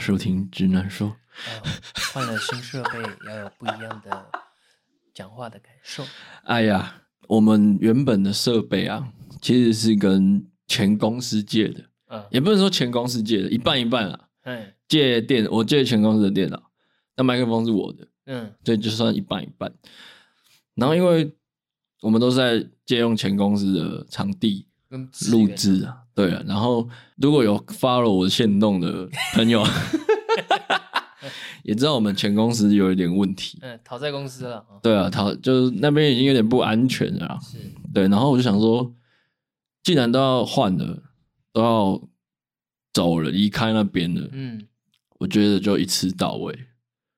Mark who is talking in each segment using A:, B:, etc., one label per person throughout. A: 收听《直男说》。
B: 呃，换了新设备，要有不一样的讲话的感受。
A: 哎呀，我们原本的设备啊，其实是跟前公司借的，
B: 嗯，
A: 也不能说前公司借的，一半一半啊。
B: 嗯
A: 借电，我借前公司的电脑，那麦克风是我的，
B: 嗯
A: 所以就算一半一半。然后因为我们都是在借用前公司的场地，
B: 跟资
A: 录
B: 源
A: 制啊，对啊。然后如果有 follow 我线动的朋友， 也知道我们前公司有一点问题，啊
B: 嗯，讨债公司了啊，
A: 对啊，他就是那边已经有点不安全了啊，
B: 是
A: 对。然后我就想说，既然都要换了，都要走了，离开那边了，
B: 嗯，
A: 我觉得就一次到位，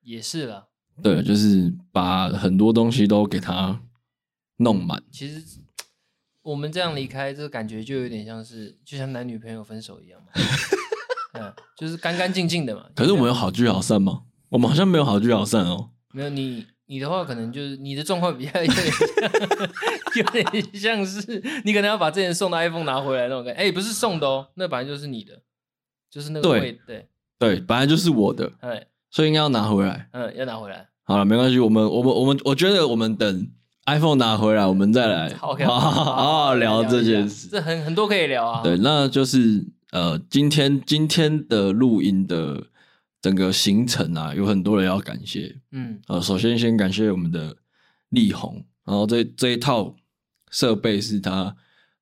B: 也是了。
A: 对，就是把很多东西都给它弄满，
B: 其实我们这样离开，这个感觉就有点像是，就像男女朋友分手一样嘛。 嗯，就是干干净净的嘛。
A: 可是我们
B: 就
A: 有好聚好散吗？我们好像没有好聚好散哦。
B: 没有你，你的话可能就是你的状况比较 有点像，有点像是你可能要把之前送的 iPhone 拿回来那种感觉。哎、不是送的哦，那本来就是你的，就是那个
A: 对
B: 位对，
A: 对，本来就是我的，
B: 哎
A: 所以应该要拿回来。
B: 嗯，要拿回来。
A: 好了，没关系，我们我们我们，我觉得我们等 iPhone 拿回来，我们再来
B: 好，OK，
A: 好呃 好好聊这件
B: 一下
A: 事。
B: 这很很多可以聊啊。
A: 对，那就是呃，今天今天的录音的整个行程啊，有很多人要感谢。
B: 嗯，
A: 呃，首先先感谢我们的力宏，然后这这一套设备是他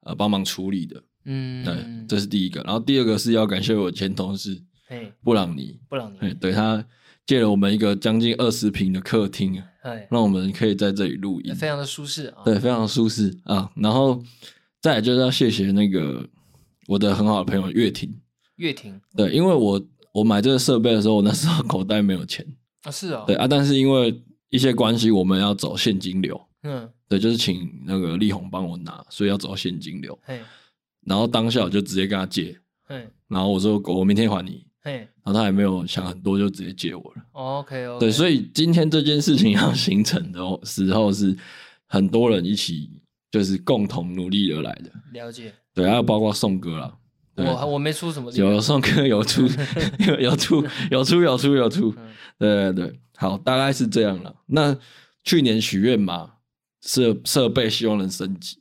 A: 呃帮忙处理的，
B: 嗯
A: 对，
B: 嗯，
A: 这是第一个。然后第二个是要感谢我前同事
B: 哎，
A: 布朗尼，
B: 布朗
A: 哎，
B: 尼，
A: 对他借了我们一个将近二十平的客厅啊。
B: 哎，
A: 让我们可以在这里录音，
B: 非常的舒适啊。
A: 对，非常舒适啊。然后再来就是要谢谢那个我的很好的朋友月婷，
B: 乐亭
A: 对，因为我我买这个设备的时候，我那时候口袋没有钱，
B: 啊，是哦，
A: 对，啊，但是因为一些关系，我们要走现金流，
B: 嗯，
A: 对，就是请那个力宏帮我拿，所以要走现金流。
B: 嘿，
A: 然后当下我就直接跟他借，
B: 嘿，
A: 然后我说我明天还你，
B: 嘿
A: 然后他也没有想很多，就直接借我了。
B: ，OK，
A: 对，所
B: 以
A: 以今天这件事情要形成的时候，是很多人一起就是共同努力而来的。
B: 了解。
A: 对，还有包括宋哥啦，对
B: 我我没出什么力，
A: 有宋哥有 出有有出有出有出有出，
B: 嗯
A: 对对对，好，大概是这样了。那去年许愿嘛，设设备希望能升级，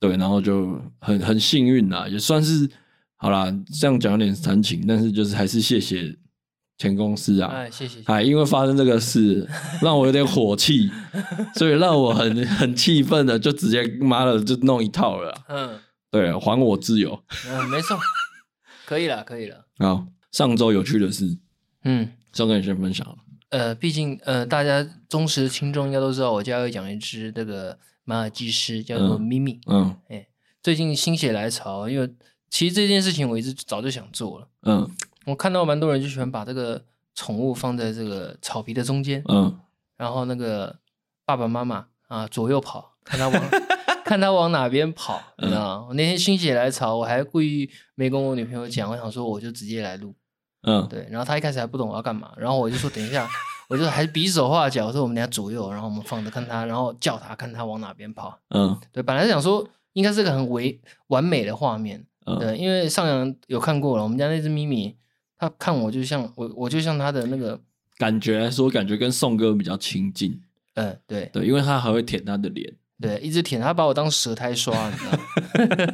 A: 对，然后就很很幸运啦，也算是好啦，这样讲有点煽情，但是就是还是谢谢前公司啊，
B: 哎，谢谢，谢谢
A: 哎，因为发生这个事，让我有点火 气，所以让我很很气愤的，就直接妈的就弄一套了啦。
B: 嗯
A: 对，还我自由。
B: 嗯，没错，可以了，可以了。
A: 好，上周有趣的事，
B: 嗯，
A: 上周你先分享了。
B: 呃，毕竟呃，大家忠实的听众应该都知道，我家有养一只这个马尔济斯，叫做
A: 嗯
B: 咪咪。
A: 嗯
B: 最近心血来潮，因为其实这件事情我一直早就想做了。
A: 嗯
B: 我看到蛮多人就喜欢把这个宠物放在这个草皮的中间，
A: 嗯，
B: 然后那个爸爸妈妈啊左右跑，看他往看他往哪边跑，
A: 嗯
B: 你知道吗？我那天心血来潮，我还故意没跟我女朋友讲，我想说我就直接来录，
A: 嗯
B: 对。然后她一开始还不懂我要干嘛，然后我就说等 一下，我就还比手画脚，我说我们等一下左右，然后我们放着看他，然后叫他看他往哪边跑，
A: 嗯
B: 对。本来想说应该是个很唯完美的画面，
A: 嗯，
B: 对，因为上扬有看过了，我们家那只咪咪，它看我就像我，我就像它的那个，
A: 感觉来说，感觉跟宋哥比较亲近，
B: 嗯，对，
A: 对，因为他还会舔他的脸。
B: 对，一直舔，他把我当舌苔刷，你知道吗？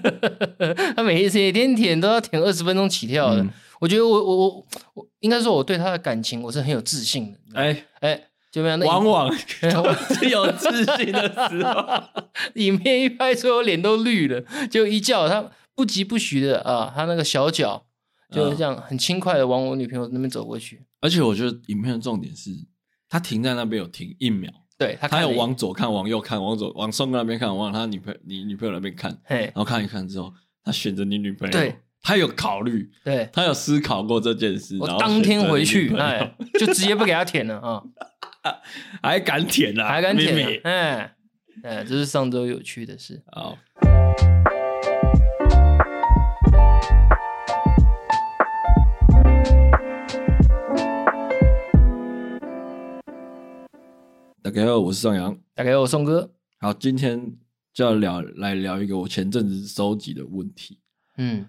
B: 他每一次每天舔都要舔二十分钟起跳的。
A: 嗯
B: 我觉得我我我我应该说我对他的感情我是很有自信的。哎
A: 哎，
B: 哎，就没有那
A: 往
B: 影
A: 往都是有自信的时候。
B: 影片一拍出来，我脸都绿了，就一叫他不疾不徐的啊，他那个小脚就是这样很轻快的往我女朋友那边走过去。
A: 而且我觉得影片的重点是，他停在那边有停一秒。
B: 对他
A: 他
B: 看
A: 有
B: 了一
A: 往左看，往右看，往左往宋哥那边看，往他女朋友你女朋友那边看，
B: 嘿
A: 然，后看一看之后，他选择你女朋友，
B: 对，
A: 他有考虑，
B: 对
A: 他有思考过这件事，
B: 我
A: 然后
B: 当
A: 选
B: 天
A: 择你
B: 回去
A: 女，朋友
B: 哎，就直接不给他舔了啊。
A: 还敢舔 啊，
B: 还敢
A: 咪
B: 舔
A: 咪
B: 啊、哎，哎，这是上周有趣的事。
A: 好，大家好，我是尚阳。
B: 打给我宋哥，
A: 好，今天就要聊来聊一个我前阵子收集的问题，
B: 嗯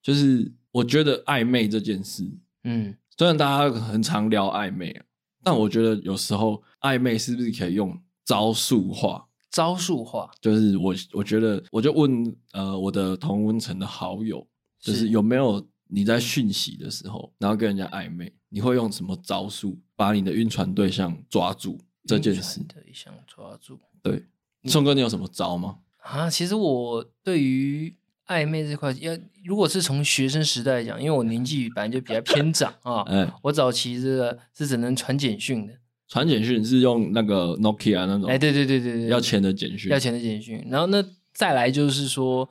A: 就是我觉得暧昧这件事，
B: 嗯
A: 虽然大家很常聊暧昧啊，但我觉得有时候暧昧是不是可以用招数化？
B: 招数化
A: 就是我我觉得我就问呃我的同温层的好友，就是
B: 是
A: 有没有你在讯息的时候，然后跟人家暧昧，你会用什么招数把你的晕船对象抓住这件事
B: 晕？船的一项抓住
A: 对，宋哥，你有什么招吗？
B: 啊。其实我对于暧昧这块，要如果是从学生时代讲，因为我年纪本来就比较偏长 啊，
A: 哎、
B: 我早期这个是只能传简讯的。
A: 传简讯是用那个 Nokia 那种，
B: 哎，对对对对对，
A: 哦要钱的简讯，
B: 要钱的简讯。然后呢，再来就是说，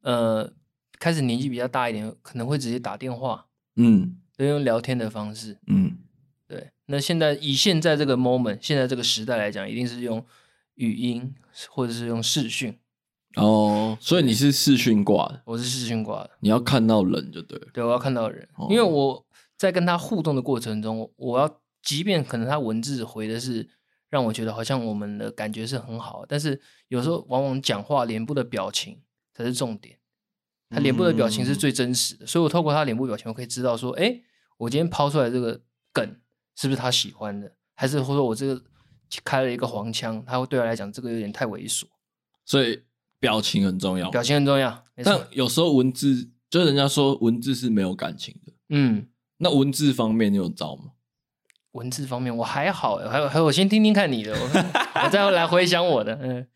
B: 呃，开始年纪比较大一点，可能会直接打电话，
A: 嗯
B: 都用聊天的方式。
A: 嗯，
B: 对，那现在以现在这个 moment，现在这个时代来讲，一定是用语音或者是用视讯。
A: 哦，所以你是视讯挂的，
B: 我是视讯挂的，
A: 你要看到人就对了，
B: 对我要看到人
A: 哦，
B: 因为我在跟他互动的过程中，我要即便可能他文字回的是。让我觉得好像我们的感觉是很好，但是有时候往往讲话脸部的表情才是重点。他脸部的表情是最真实的，所以我透过他脸部表情，我可以知道说，哎，我今天抛出来这个梗是不是他喜欢的，还是或者我这个开了一个黄腔，他会对他来讲这个有点太猥琐，
A: 所以表情很重要，
B: 表情很重要，没
A: 但
B: 错，
A: 有时候文字，就是人家说文字是没有感情的。
B: 嗯，
A: 那文字方面你有招吗？
B: 文字方面我还好，还有还有，我先听听看你的，我 我再来回想我的，嗯，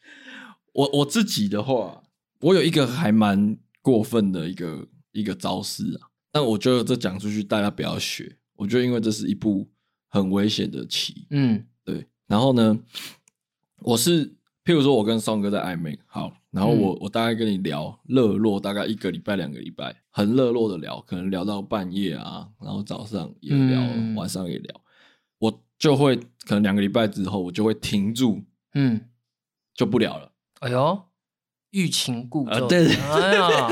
A: 我我自己的话，我有一个还蛮过分的一个一个招式啊，但我觉得这讲出去大家不要学，我觉得因为这是一部很危险的棋。
B: 嗯
A: 对，然后呢，我是譬如说我跟宋哥在暧昧，好，然后我、我大概跟你聊热络，大概一个礼拜两个礼拜，很热络的聊，可能聊到半夜啊，然后早上也聊，
B: 嗯
A: 晚上也聊，我就会可能两个礼拜之后，我就会停住
B: 嗯，
A: 就不聊了，
B: 哎呦，欲擒故
A: 呃
B: 纵，
A: 对对
B: 哎呀，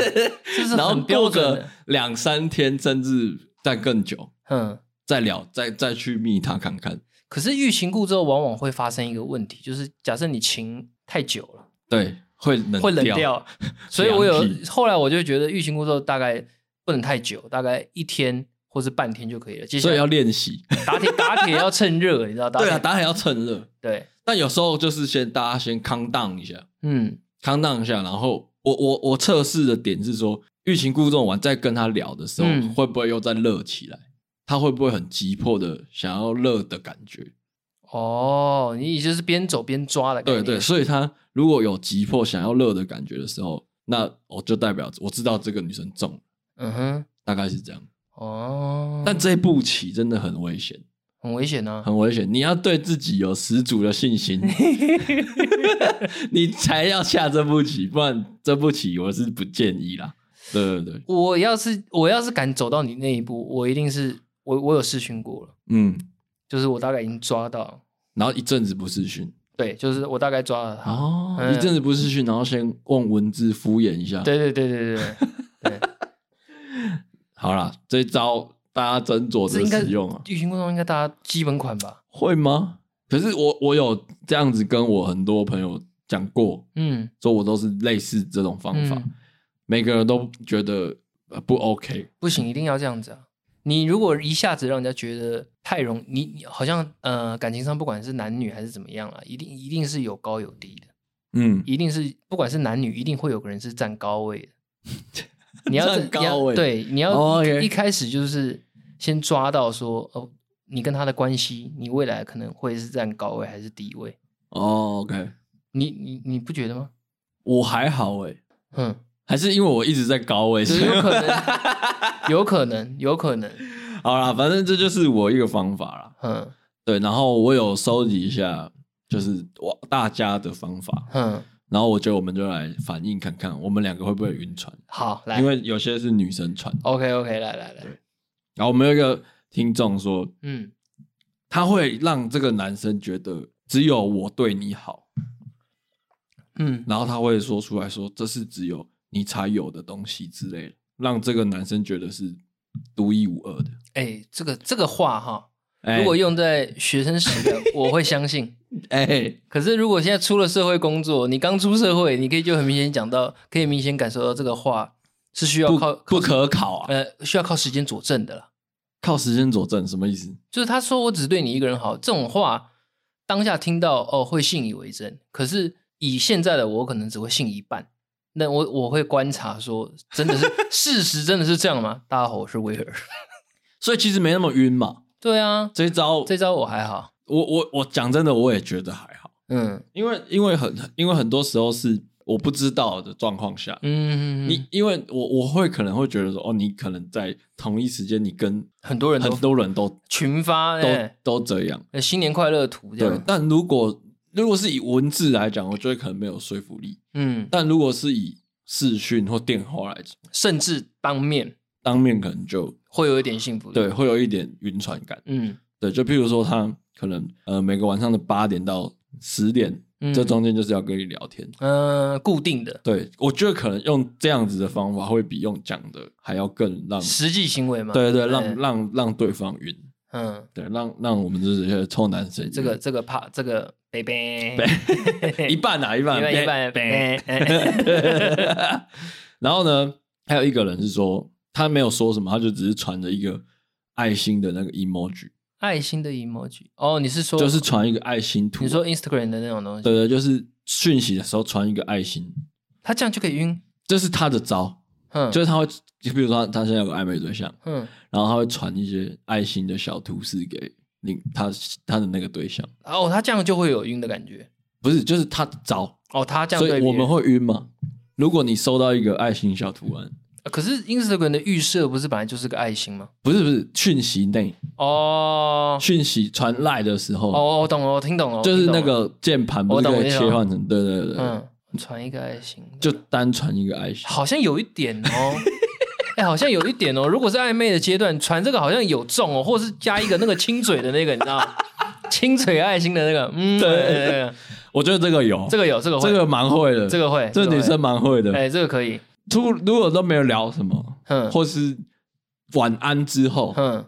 B: 这是
A: 然后
B: 很标
A: 过
B: 准
A: 个
B: 的，
A: 两三天，甚至再更久，
B: 嗯。
A: 再聊，再再去密他看看，
B: 可是欲擒故纵往往会发生一个问题，就是假设你擒太久了。
A: 对，会冷
B: 会冷掉， 所以我有
A: 凉皮
B: 后来我就觉得欲擒故纵大概不能太久，大概一天或是半天就可以了。接下
A: 所以
B: 来
A: 要练习，
B: 打铁打铁要趁热，你知道？打
A: 对啊，
B: 铁
A: 当然要趁热。
B: 对，
A: 但有时候就是先大家先 calm down 一下
B: 嗯
A: ，calm down 一下，然后我我我测试的点是说，欲擒故纵完再跟他聊的时候，
B: 嗯
A: 会不会又再热起来？他会不会很急迫的想要热的感觉？
B: 哦，你也就是边走边抓的概
A: 对
B: 念，
A: 对，所以他如果有急迫想要热的感觉的时候，那我就代表我知道这个女生中了，
B: 嗯哼，
A: 大概是这样。
B: 哦，
A: 但这一步棋真的很危险，
B: 很危险啊，
A: 很危险。你要对自己有十足的信心，你才要下这步棋，不然这步棋我是不建议啦。对对对，
B: 我要是我要是敢走到你那一步，我一定是我我有试训过了，
A: 嗯，
B: 就是我大概已经抓到，
A: 然后一阵子不视讯，
B: 对，就是我大概抓了他，
A: 哦，
B: 嗯
A: 一阵子不视讯，然后先用文字敷衍一下。，
B: 对对对对对 对，对
A: 好啦，这一招大家斟酌
B: 这应该
A: 着使用啊，
B: 欲擒故纵应该大家基本款吧，
A: 会吗？可是我我有这样子跟我很多朋友讲过，
B: 嗯，
A: 说我都是类似这种方法，
B: 嗯
A: 每个人都觉得呃不 OK。
B: 不行，一定要这样子啊！你如果一下子让人家觉得太容，你你好像呃感情上不管是男女还是怎么样啦，一定一定是有高有低的，
A: 嗯，
B: 一定是不管是男女，一定会有个人是占高位的。 你要
A: 占
B: 你
A: 高
B: 要
A: 位
B: 对，你要一,、
A: 哦，OK
B: 一开始就是先抓到说哦，你跟他的关系，你未来可能会是占高位还是低位？
A: 哦，OK，
B: 你你你不觉得吗？
A: 我还好诶、
B: 嗯，
A: 还是因为我一直在高位，所以
B: 有可能，有可能，有可能，
A: 好啦，反正这就是我一个方法啦。
B: 嗯
A: 对，然后我有收集一下，就是我大家的方法，
B: 嗯，
A: 然后我觉得我们就来反映看看，我们两个会不会晕船，
B: 好，来
A: 因为有些是女生传。
B: ，OK OK，来来来，
A: 然后我们有一个听众说，
B: 嗯，
A: 他会让这个男生觉得只有我对你好，
B: 嗯，
A: 然后他会说出来说这是只有你才有的东西之类的，让这个男生觉得是独一无二的。
B: 哎、这个这个话哈，
A: 哎
B: 如果用在学生时代，我会相信。
A: 哎、
B: 可是如果现在出了社会工作，你刚出社会，你可以就很明显讲到，可以明显感受到这个话是需要
A: 不
B: 靠
A: 不可考啊，
B: 呃需要靠时间佐证的了。
A: 靠时间佐证什么意思？
B: 就是他说我只对你一个人好这种话，当下听到哦会信以为真，可是以现在的我可能只会信一半。那我 我会观察说，真的是事实真的是这样吗？大家好，我是威尔。
A: 所以其实没那么晕嘛。
B: 对啊，
A: 这一招，
B: 这招我还好。
A: 我我我讲真的，我也觉得还好，
B: 嗯
A: 因为因为很因为很多时候是我不知道的状况下，
B: 嗯，
A: 你因为我我会可能会觉得说，哦，你可能在同一时间，你跟
B: 很多人都
A: 很多人都
B: 群发
A: 都、
B: 哎、
A: 都这样，
B: 呃新年快乐图这
A: 对
B: 样。。
A: 但如果如果是以文字来讲，我觉得可能没有说服力；
B: 嗯，
A: 但如果是以视讯或电话来讲，
B: 甚至当面
A: 当面可能就
B: 会有一点幸福。
A: 对，会有一点晕船感。
B: 嗯
A: 对，就譬如说他可能呃每个晚上的八点到十点，
B: 嗯
A: 这中间就是要跟你聊天。
B: 嗯、呃固定的
A: 对我觉得可能用这样子的方法会比用讲的还要更让
B: 实际行为嘛。
A: 对对
B: 哎
A: 让让让对方晕，
B: 嗯，
A: 对让让我们这些臭男生晕
B: 这个这个怕这个贝贝
A: 嗯 一半啊一半
B: 一半一
A: 别
B: 半贝， 哎
A: 然后呢，还有一个人是说他没有说什么，他就只是传着一个爱心的那个 emoji，
B: 爱心的 emoji。哦，你是说
A: 就是传一个爱心图。
B: 你说 Instagram 的那种东西，
A: 对对，就是讯息的时候传一个爱心，
B: 他这样就可以晕。
A: 这是他的招，
B: 嗯，
A: 就是他会，就比如说他他现在有个暧昧对象，
B: 嗯，
A: 然后他会传一些爱心的小图示给另他他的那个对象，
B: 哦，他这样就会有晕的感觉。
A: 不是，就是他的招，
B: 哦，他这样
A: 所
B: 对
A: 以
B: 别
A: 我
B: 人
A: 们会晕吗？如果你收到一个爱心小图案，
B: 可是 Instagram 的预设不是本来就是个爱心吗？
A: 不是不是讯息内
B: 哦
A: 讯息传赖的时候，
B: 哦，我懂了，我听懂了，我
A: 就是
B: 听懂
A: 那
B: 了
A: 个键盘不
B: 我
A: 是
B: 懂
A: 可以
B: 我懂
A: 切换成对对对，对
B: 嗯，传一个爱心，
A: 就单传一个爱心，
B: 好像有一点哦。 哎、好像有一点哦。如果是暧昧的阶段，传这个好像有中哦，或者是加一个那个亲嘴的那个，你知道吗？ 亲嘴爱心的那个，嗯，
A: 对
B: 对对对，
A: 我觉得这个有，
B: 这个有，这个会，
A: 这个蛮会的，
B: 这个会，
A: 这
B: 个
A: 女
B: 会
A: 生，蛮会的，
B: 哎、这个可以，
A: 突如果都没有聊什么，
B: 嗯
A: 或是晚安之后
B: 嗯，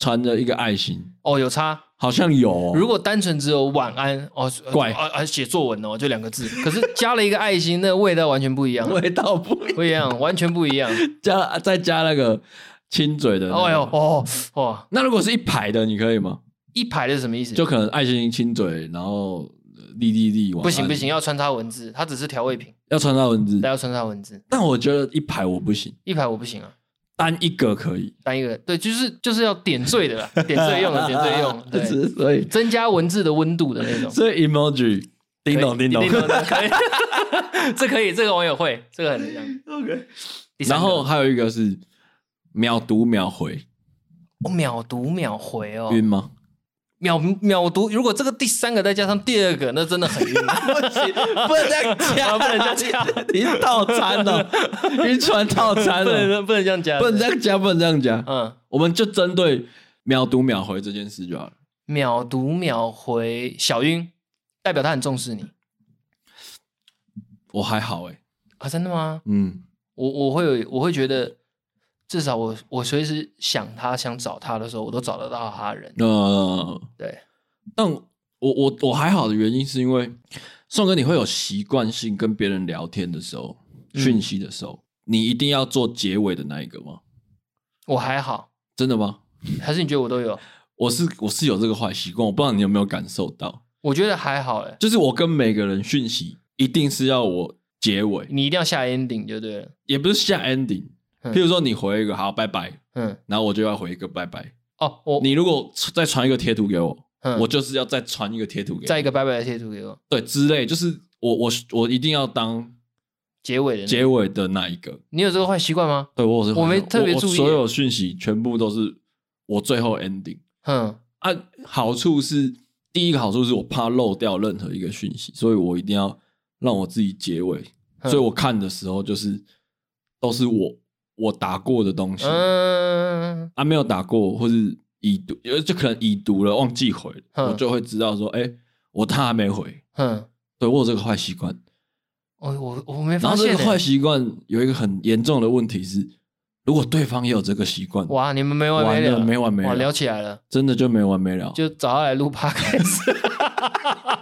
A: 传着一个爱心，
B: 哦，有差。
A: 好像有、哦。
B: 如果单纯只有晚安哦，呃
A: 怪
B: 啊啊，写作文哦，就两个字，可是加了一个爱心，那味道完全不一 样，
A: 味道不一样
B: 不一样，完全不一样。
A: 加再加那个亲嘴的、那个
B: 哦哟，哦哇，
A: 那如果是一排的，你可以吗？
B: 一排的是什么意思？
A: 就可能爱心亲嘴，然后呃立立立，晚安
B: 不行不，行，要穿插文字，它只是调味品，
A: 要传到文字
B: 但。要穿插文字。
A: 但我觉得一排我不行，
B: 一排我不行啊，
A: 单一个可以，
B: 单一个对，就是就是要点缀的啦，点缀用的，点缀用 的，对，
A: 是所以
B: 增加文字的温度的那种。
A: 所以 emoji 叮咚
B: 可以
A: 叮咚
B: 叮咚，可以， 这可以，这个网友会，这个很像。
A: ，OK。
B: 第三
A: 然
B: 个
A: 后还有一个是秒读秒回，
B: 我哦秒读秒回哦，
A: 晕吗？
B: 秒秒读，如果这个第三个再加上第二个，那真的很晕。啊
A: 不能这样 啊讲，不能这样讲，你是套餐哦， 晕船套餐
B: 不
A: 哦，
B: 能不能这样加，
A: 不能这样讲，不能这样讲，
B: 嗯，
A: 我们就针对秒读秒回这件事就好了。
B: 秒读秒回小晕，代表他很重视你
A: 我还好哎，
B: 啊？真的吗？
A: 嗯，
B: 我我会有我会觉得，至少我我随时想他想找他的时候，我都找得到他人。
A: 呃，
B: 对，
A: 但我我我还好的原因是因为宋哥你会有习惯性跟别人聊天的时候，
B: 嗯
A: 讯息的时候，你一定要做结尾的那一个吗？
B: 我还好，
A: 真的吗？
B: 还是你觉得我都有？
A: 我是我是有这个坏习惯，我不知道你有没有感受到，
B: 我觉得还好哎，
A: 就是我跟每个人讯息一定是要我结尾。
B: 你一定要下 ending 就对了。
A: 也不是下 ending。
B: 嗯
A: 譬如说你回一个好拜拜，
B: 嗯，
A: 然后我就要回一个拜拜。
B: 哦，我
A: 你如果再传一个贴图给我，
B: 嗯
A: 我就是要再传一个贴图给
B: 再
A: 你，
B: 一个拜拜的贴图给我
A: 对之类，就是我我我一定要当
B: 结尾的那个。
A: 结尾的那一个。
B: 你有这个坏习惯吗？
A: 对我是
B: 我没特别
A: 我
B: 注意
A: 所有讯息全部都是我最后 ending
B: 嗯，
A: 啊。好处是第一个好处是我怕漏掉任何一个讯息，所以我一定要让我自己结尾。
B: 嗯
A: 所以我看的时候就是都是我我打过的东西，
B: 嗯，
A: 啊没有打过，或是已读，有就可能已读了忘记回了，
B: 嗯
A: 我就会知道说，哎、我他还没回，
B: 嗯，
A: 对我有这个坏习惯。
B: 我哦我我没
A: 然
B: 发
A: 后这
B: 现
A: 个坏
B: 欸。
A: 习惯有一个很严重的问题是，如果对方也有这个习惯，
B: 哇，你们没完
A: 完
B: 没
A: 了
B: 了，
A: 没完没
B: 哇，聊
A: 了，
B: 起来了，
A: 真的就没完没了。
B: 就找他来 录 podcast。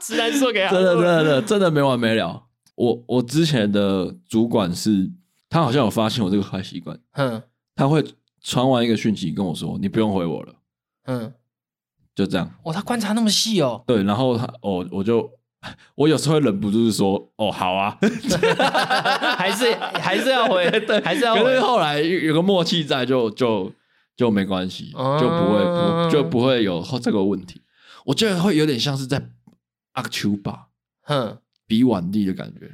B: 直男说给他
A: 真的
B: 录
A: 真的真的真的没完没了。我我之前的主管是，他好像有发现我这个坏习惯，
B: 嗯
A: 他会传完一个讯息跟我说，你不用回我了，
B: 嗯，
A: 就这样。
B: 哦，他观察那么细哦，
A: 对，然后他，哦，我就 我有时候会忍不住说，哦，好啊。
B: 还是还是要回， 对，还是要
A: 可
B: 回
A: 是。后来有有个默契在就，就就没关系，
B: 哦
A: 就不会不就不会有后这个问题。我觉得会有点像是在阿丘吧
B: 哼，
A: 比碗力的感觉，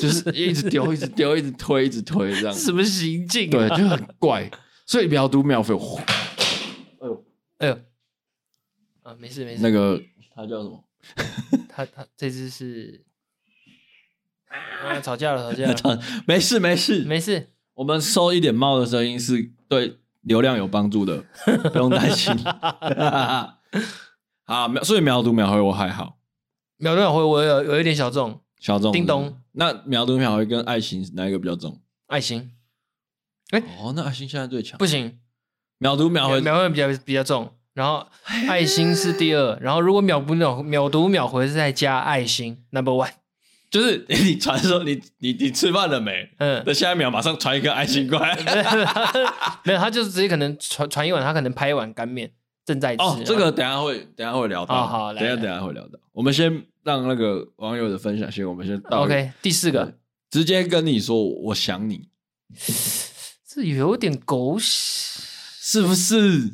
A: 就是一直 丢，一直丢，一直推，一直推这样
B: 这。什么行径、
A: 对，
B: 啊？
A: 就很怪。所以秒读秒飞，呼
B: 哎呦，啊，没事没事，
A: 那个他叫什么？
B: 他他这只是啊，吵架 了吵架了，
A: 他没事没事，
B: 没事，
A: 我们收一点猫的声音是对流量有帮助的，不用担 心。好，秒所以秒读秒回我还好。
B: 秒对秒回我有有一点小众，
A: 小众，
B: 叮咚。
A: 那秒读秒回跟爱情哪一个比较重？
B: 爱心
A: 哦，那爱情现在最强
B: 不。行，
A: 秒读秒
B: 秒
A: 回，
B: 秒回比较比较重，然后爱心是第二，然后如果秒不秒秒读秒回是再加爱心 number one，
A: 就是 你传说你你你吃饭了没？
B: 嗯
A: 那，下一秒马上传一个爱情过 来。
B: 没有，他就是直接可能传传一碗，他可能拍一碗干面正在吃，
A: 哦，这个等一下会等一下会聊到，
B: 哦好来
A: 等一下
B: 来
A: 等一下会聊到。我们先让那个网友的分享先，我们先到
B: 哦 OK 第四
A: 这
B: 个。
A: 直接跟你说我想你，
B: 这有点狗血，
A: 是不是？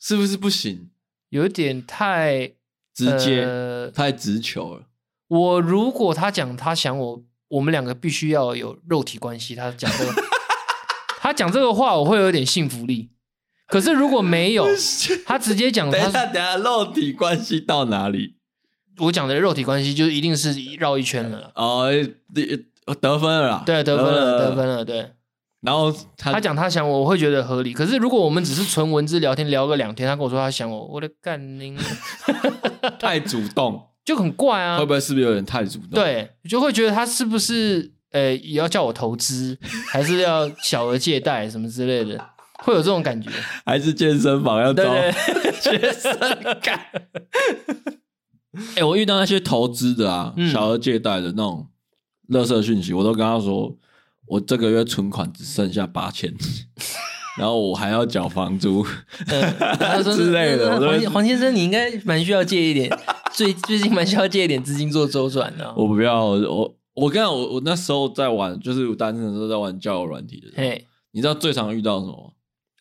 A: 是不是不行？
B: 有点太
A: 直接、
B: 呃
A: 太直球 了，
B: 我如果他讲他想我，我们两个必须要有肉体关系。他讲这个， 他讲这个话，我会有点信服力。可是如果没有，他直接讲
A: 等一
B: 他
A: 下等一下，肉体关系到哪里？
B: 我讲的肉体关系，就一定是绕一圈了啦。
A: 哦，得得分了啦，
B: 对，得分
A: 呃
B: 了，得分。了。对
A: 然后他
B: 他讲他想我，我会觉得合理。可是如果我们只是纯文字聊天聊个两天，他跟我说他想我，我的干 您
A: 太主动，
B: 就很怪啊
A: 会。不会是不是有点太主动？，
B: 对，就会觉得他是不是呃也要叫我投资，还是要小额借贷什么之类 的，会有这种感觉。
A: 还是健身房要找
B: 对对
A: 学生 干。哎、我遇到那些投资的啊，
B: 嗯
A: 小额借贷的那种垃圾讯息，我都跟他说，我这个月存款只剩下八 千，然后我还要缴房租。
B: 嗯他说
A: 之类的
B: 那那
A: 我都会
B: 黄黄先生，你应该蛮需要借一点， 最最近蛮需要借一点资金做周转的、哦
A: 我不要，我我跟你讲，我我那时候在玩，就是我单身的时候在玩交友软体的时候，
B: 嘿，
A: 你知道最常遇到什么吗？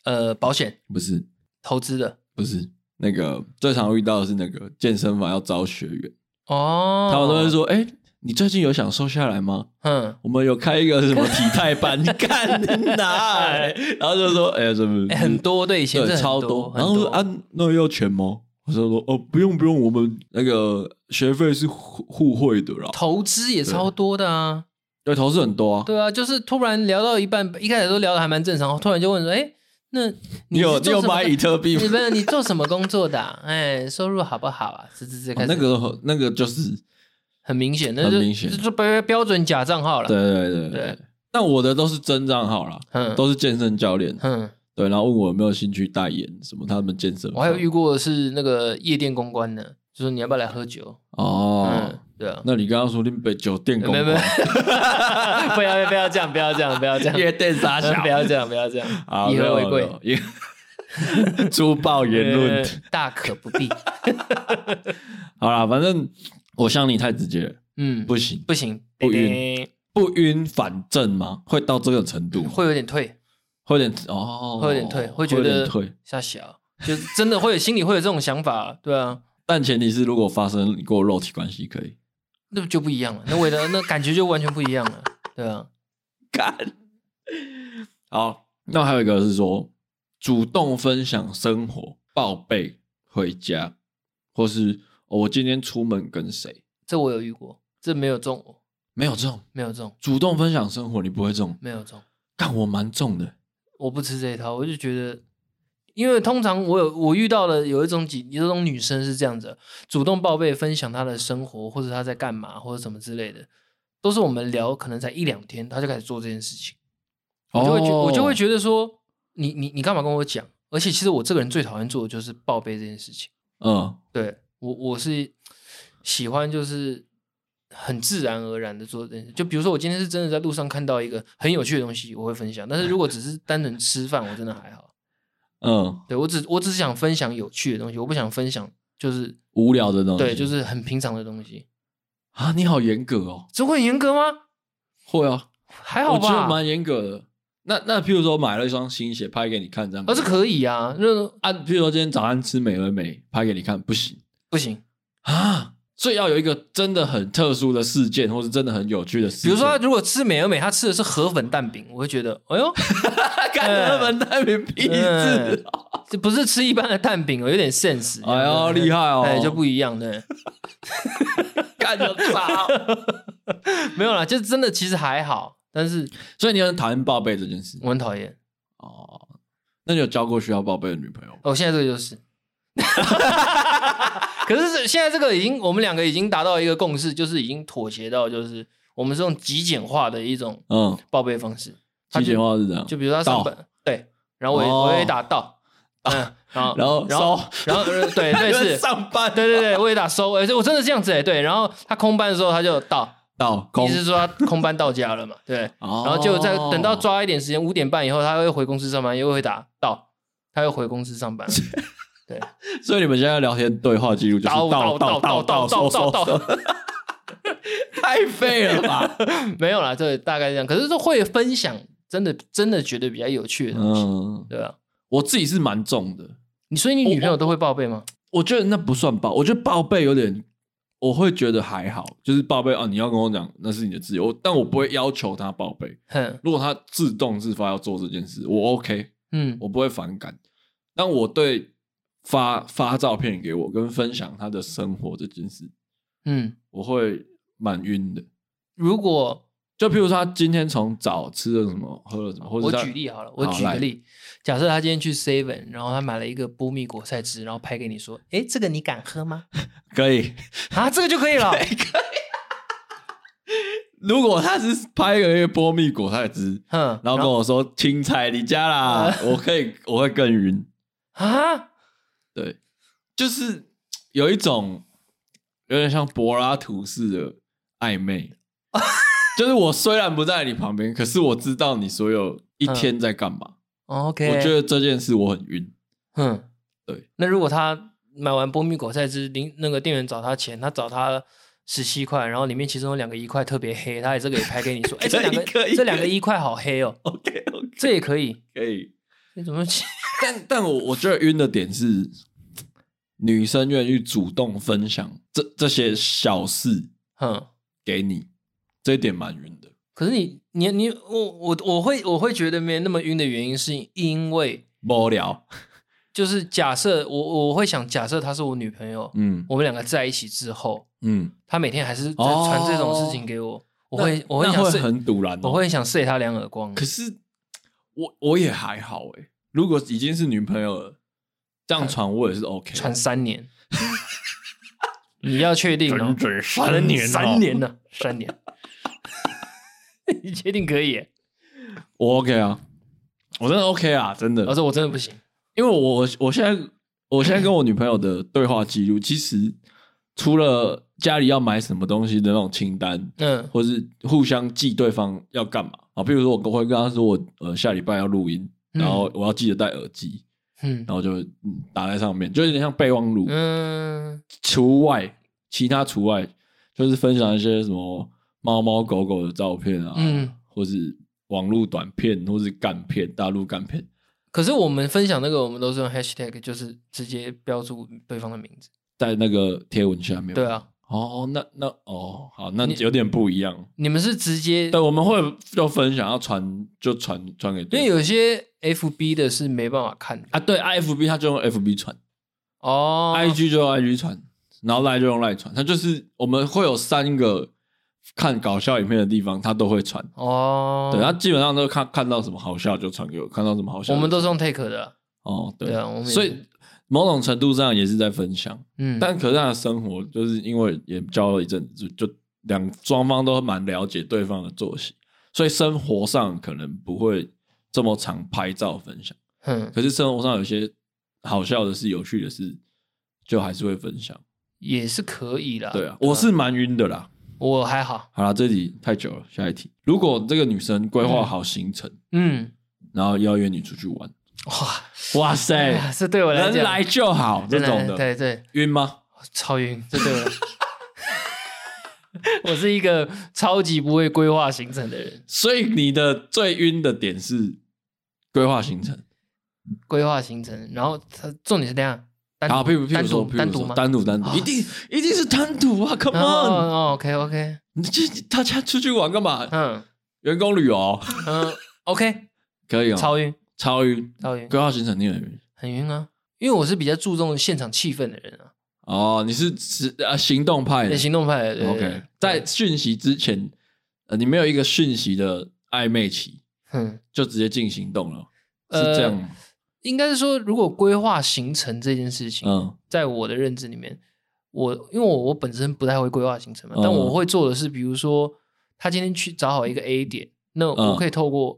B: 呃，保险
A: 不是，
B: 投资的
A: 不是。那个最常遇到的是那个健身房要招学员，
B: 哦，
A: 他们都会，说：“哎、你最近有想瘦下来吗？”
B: 嗯，
A: 我们有开一个什么体态 班，干哪、然后就说，哎、什么、
B: 哎很多对，以前
A: 对
B: 真的很
A: 超
B: 多，
A: 然后说
B: 说
A: 啊，那要钱吗？我就说哦，不用不用，我们那个学费是互互惠的啦。
B: 投资也超多的啊，
A: 对，投资很多啊。
B: 对啊，就是突然聊到一半，一开始都聊的还蛮正常，突然就问说，哎，那
A: 你
B: 是
A: 有你
B: 做
A: 有
B: 什么
A: 买比特币吗
B: 你？不是你做什么工作的啊、哎，收入好不好啊？这这这
A: 哦
B: 开始、
A: 那个那个就是，
B: 很明显，那就
A: 很明显
B: 就标标准假账号了。
A: 对，对对
B: 对。
A: 但我的都是真账号啦，
B: 嗯，
A: 都是健身教练，
B: 嗯，
A: 对，然后问我有没有兴趣代言什么他们健身房。
B: 我还有遇过是那个夜店公关的，就说你要不要来喝酒？
A: 哦
B: 嗯，，对啊，
A: 那你刚刚说你被酒店公
B: 没有没有
A: 关，
B: 不要不要这样，不要这样，不要这样，嗯
A: 夜店傻小
B: 不，要这样，不要这样，
A: 好
B: 以和为，
A: 没
B: 贵
A: 有没有以 粗暴言 论。
B: 呃大可不 必。
A: 好啦，反正我想你太直接了，
B: 嗯，
A: 不行，
B: 不行，
A: 不
B: 叮
A: 晕
B: 叮
A: 不晕反正吗？会到这个程度吗，
B: 会有点退，
A: 会有点哦，
B: 会有点退，会觉
A: 有点
B: 得
A: 退。
B: 吓小，就是真的会有心里会有这种想法，对啊。
A: 但前提是，如果发生过肉体关系，可以。
B: 那就不一样了，那味道那 感觉就完全不一样了，对啊，
A: 干。好，那还有一个是说，主动分享生活，报备回家，或是、哦我今天出门跟谁，
B: 这我有遇过，这没有中我，
A: 没有这种
B: 没有中，
A: 主动分享生活，你不会这种。
B: 没有中，
A: 干我蛮重的，
B: 我不吃这一套，我就觉得，因为通常我有我遇到了有一种几有一种女生是这样子的，主动报备分享她的生活或者她在干嘛或者什么之类的，都是我们聊可能才一两天，她就开始做这件事情，
A: 哦
B: 我就会觉、我就会觉得说，你你你干嘛跟我讲？而且其实我这个人最讨厌做的就是报备这件事情。
A: 嗯，
B: 对我我是喜欢就是很自然而然的做这件事。就比如说，我今天是真的在路上看到一个很有趣的东西，我会分享。但是如果只是单纯吃饭，我真的还好。
A: 嗯，
B: 对我只我只是想分享有趣的东西，我不想分享就是
A: 无聊的东西，
B: 对，就是很平常的东西。
A: 啊，你好严格哦，
B: 这会很严格吗？
A: 会啊，
B: 还好
A: 我觉得
B: 吧，
A: 蛮严格的。那那譬如说买了一双新鞋拍给你看这样可
B: 而
A: 以
B: 是
A: 吗，
B: 可以啊，那
A: 啊，譬如说今天早上吃美而美拍给你看不行
B: 不行。
A: 啊，所以要有一个真的很特殊的事件，或是真的很有趣的事
B: 比
A: 件。
B: 如说， 如果吃美而美，他吃的是河粉蛋饼，我会觉得，哎呦，
A: 看日本蛋饼屁
B: 嗯
A: 事，
B: 这不是吃一般的蛋饼哦，有点 sense。
A: 哎呦厉害哦，
B: 哎，就不一样对，
A: 干就炸。
B: 没有啦，就真的其实还好，但是
A: 所以你很讨厌报备这件事
B: 我很讨厌。
A: 哦？那你有交过需要报备的女朋友吗？
B: 哦，现在这个就是， 可是这现在这个已经，我们两个已经达到一个共识，就是已经妥协到，就是我们是用极简化的一种
A: 嗯，
B: 报备方式。他
A: 极
B: 就
A: 简化是这样，
B: 就比如说他上班，对，然后我也、
A: 哦
B: 我也打到，嗯，然后
A: 然后
B: 然后
A: 收
B: 然后呃对 对
A: 你们
B: 是，
A: 上班
B: 对对对，我也打收，哎、这我真的这样子哎、对，然后他空班的时候他就到，
A: 到公
B: 意思是说他空班到家了嘛，对，
A: 哦
B: 然后就在等到抓一点时间，五点半以后，他又回公司上班，又会打到，他又回公司 上班，对，
A: 所以你们现在聊天对话记录就是
B: 到
A: 到
B: 到
A: 到
B: 到
A: 到到
B: 到到
A: 到
B: 到
A: 到
B: 到
A: 到， 太废了 吧？
B: 没有啦，对，大概这样。可是说会分享，真的真的觉得比较有趣的东西，
A: 嗯，
B: 对吧？
A: 我自己是蛮重的，
B: 你所以你女朋友都会报备吗？
A: 我觉得那不算报，我觉得报备有点，我会觉得还好，就是报备啊，你要跟我讲那是你的自由，我但我不会要求他报备。
B: 哼，
A: 如果他自动自发要做这件事，我 OK，
B: 嗯
A: 我不会反感。但我对发发照片给我跟分享他的生活这件事，
B: 嗯，
A: 我会蛮晕的。
B: 如果
A: 就譬如说，他今天从早吃了什么，喝了什么，或者
B: 我
A: 他
B: 举例好啊了，我
A: 好
B: 举个
A: 来
B: 例，假设他今天去 Seven，然后他买了一个波蜜果菜汁，然后拍给你说，哎，这个你敢喝吗？
A: 可以。
B: 啊，这个就可以了。
A: 如果他是拍了一个波蜜果菜汁，
B: 哼，
A: 然后跟我说青菜离家 啦，我可以，我会更晕。
B: 啊，
A: 对，就是有一种有点像柏拉图式的暧昧， 就是我虽然不在你旁边，可是我知道你所有一天在干嘛。
B: 嗯哦 OK，
A: 我觉得这件事我很 晕。
B: 嗯，
A: 对。
B: 那如果他买完波蜜果菜汁，零那个店员找他钱，他找他十七块，然后里面其中有两个一块特别黑，他也这个也拍给你说，哎，这两个
A: 可以可以
B: 这两个
A: 可以
B: 一块好黑哦，
A: OK OK，
B: 这也可以。
A: 可以。
B: 你怎么 去？
A: 但但我我觉得晕的点是，女生愿意主动分享这这些小事
B: 嗯，
A: 给你，这一点蛮晕的。
B: 可是你你你我我我会我会觉得没那么晕的原因，是因为
A: 无聊，
B: 就是假设我我会想假设她是我女朋友，
A: 嗯
B: 我们两个在一起之后，
A: 嗯，
B: 她每天还是在传这种事情给我，我会
A: 那
B: 我会
A: 那
B: 想
A: 会
B: 射
A: 很堵然、哦
B: 我会想塞她两耳光。
A: 可是我我也还好哎、如果已经是女朋友了，这样传我也是 OK 啊的。
B: 传三年， 你要确定哦，
A: 整啊
B: 三，年呢，三年， 你确定可以耶？
A: 我 OK 啊，我真的 OK 啊，真的
B: 老。师，我真的不行。
A: 因为我我我现在我现在跟我女朋友的对话记录，其实除了家里要买什么东西的那种清单，
B: 嗯
A: 或是互相记对方要干嘛啊，比如说我会跟她说我呃下礼拜要录音，
B: 嗯
A: 然后我要记得戴耳机，
B: 嗯
A: 然后就、嗯、打在上面，就有点像备忘录。
B: 嗯
A: 除外，其他除外，就是分享一些什么猫猫狗狗的照片啊，
B: 嗯。
A: 或是网络短片，或是干片，大陆干片。
B: 可是我们分享那个，我们都是用 hashtag，就是直接标注对方的名字。
A: 在那个贴文下面，
B: 对，啊，
A: 哦，那那哦，好，那有点不一样。
B: 你们是直接，
A: 对，我们会就分享，要传就传传给
B: 因为
A: 对方
B: 有些 FB 的是没办法看的
A: 啊，对，FB 他就用 FB 传、
B: 哦。
A: i g 就用 IG 传，然后赖就用赖传，他就是我们会有三个看搞笑影片的地方，他都会传。
B: 哦，
A: 对，他啊基本上都看看到什么好笑就传给我，看到什么好笑就
B: 我
A: 传给我。
B: 们都是用 take 的啊。
A: 哦，对
B: 对啊我们也是
A: 所以某种程度上也是在分享，
B: 嗯，
A: 但可是他的生活就是因为也交了一阵子，就就两双方都蛮了解对方的作息，所以生活上可能不会这么常拍照分享，
B: 嗯，
A: 可是生活上有些好笑的事、有趣的事，就还是会分享。啊
B: 也是可以啦。啊
A: 对啊，我是蛮晕的啦，
B: 我还好，
A: 好了，这题太久了，下一题。如果这个女生规划好行程，
B: 嗯，
A: 然后邀约你出去 玩，
B: 哇，
A: 哇塞，
B: 哎，这对我来
A: 人
B: 讲，
A: 来就好这
B: 人来
A: 种的，
B: 对对，
A: 晕吗？
B: 超晕，这对我 来我是一个超级不会规划行程的人，
A: 所以你的最晕的点是规划行程。
B: 规划行程，然后他重点是这样，单
A: 啊好，譬如譬
B: 单
A: 如说，
B: 独
A: 譬
B: 单
A: 如
B: 独
A: 说
B: 吗？
A: 单独单独，
B: 啊
A: 一定一定是 单独啊！Come
B: 哦
A: on，
B: 哦，OK OK，
A: 你这大家出去玩干嘛？
B: 嗯
A: 员工旅游
B: 嗯，OK，
A: 可以哦，
B: 超晕
A: 超晕，
B: 超晕，
A: 规划行程你很晕
B: 很晕啊，因为我是比较注重现场气氛的人啊，
A: 哦，你是只啊行动派的
B: 对行动派的对对
A: ，OK，
B: 对
A: 在讯息之前，呃，你没有一个讯息的暧昧期，
B: 嗯，
A: 就直接进行动了，是
B: 呃
A: 这样吗？
B: 应该是说，如果规划行程这件事情，
A: 嗯
B: 在我的认知里面，我因为我我本身不太会规划行程嘛，
A: 嗯
B: 但我会做的是，比如说他今天去找好一个 A 点，那
A: 嗯
B: 我可以透过、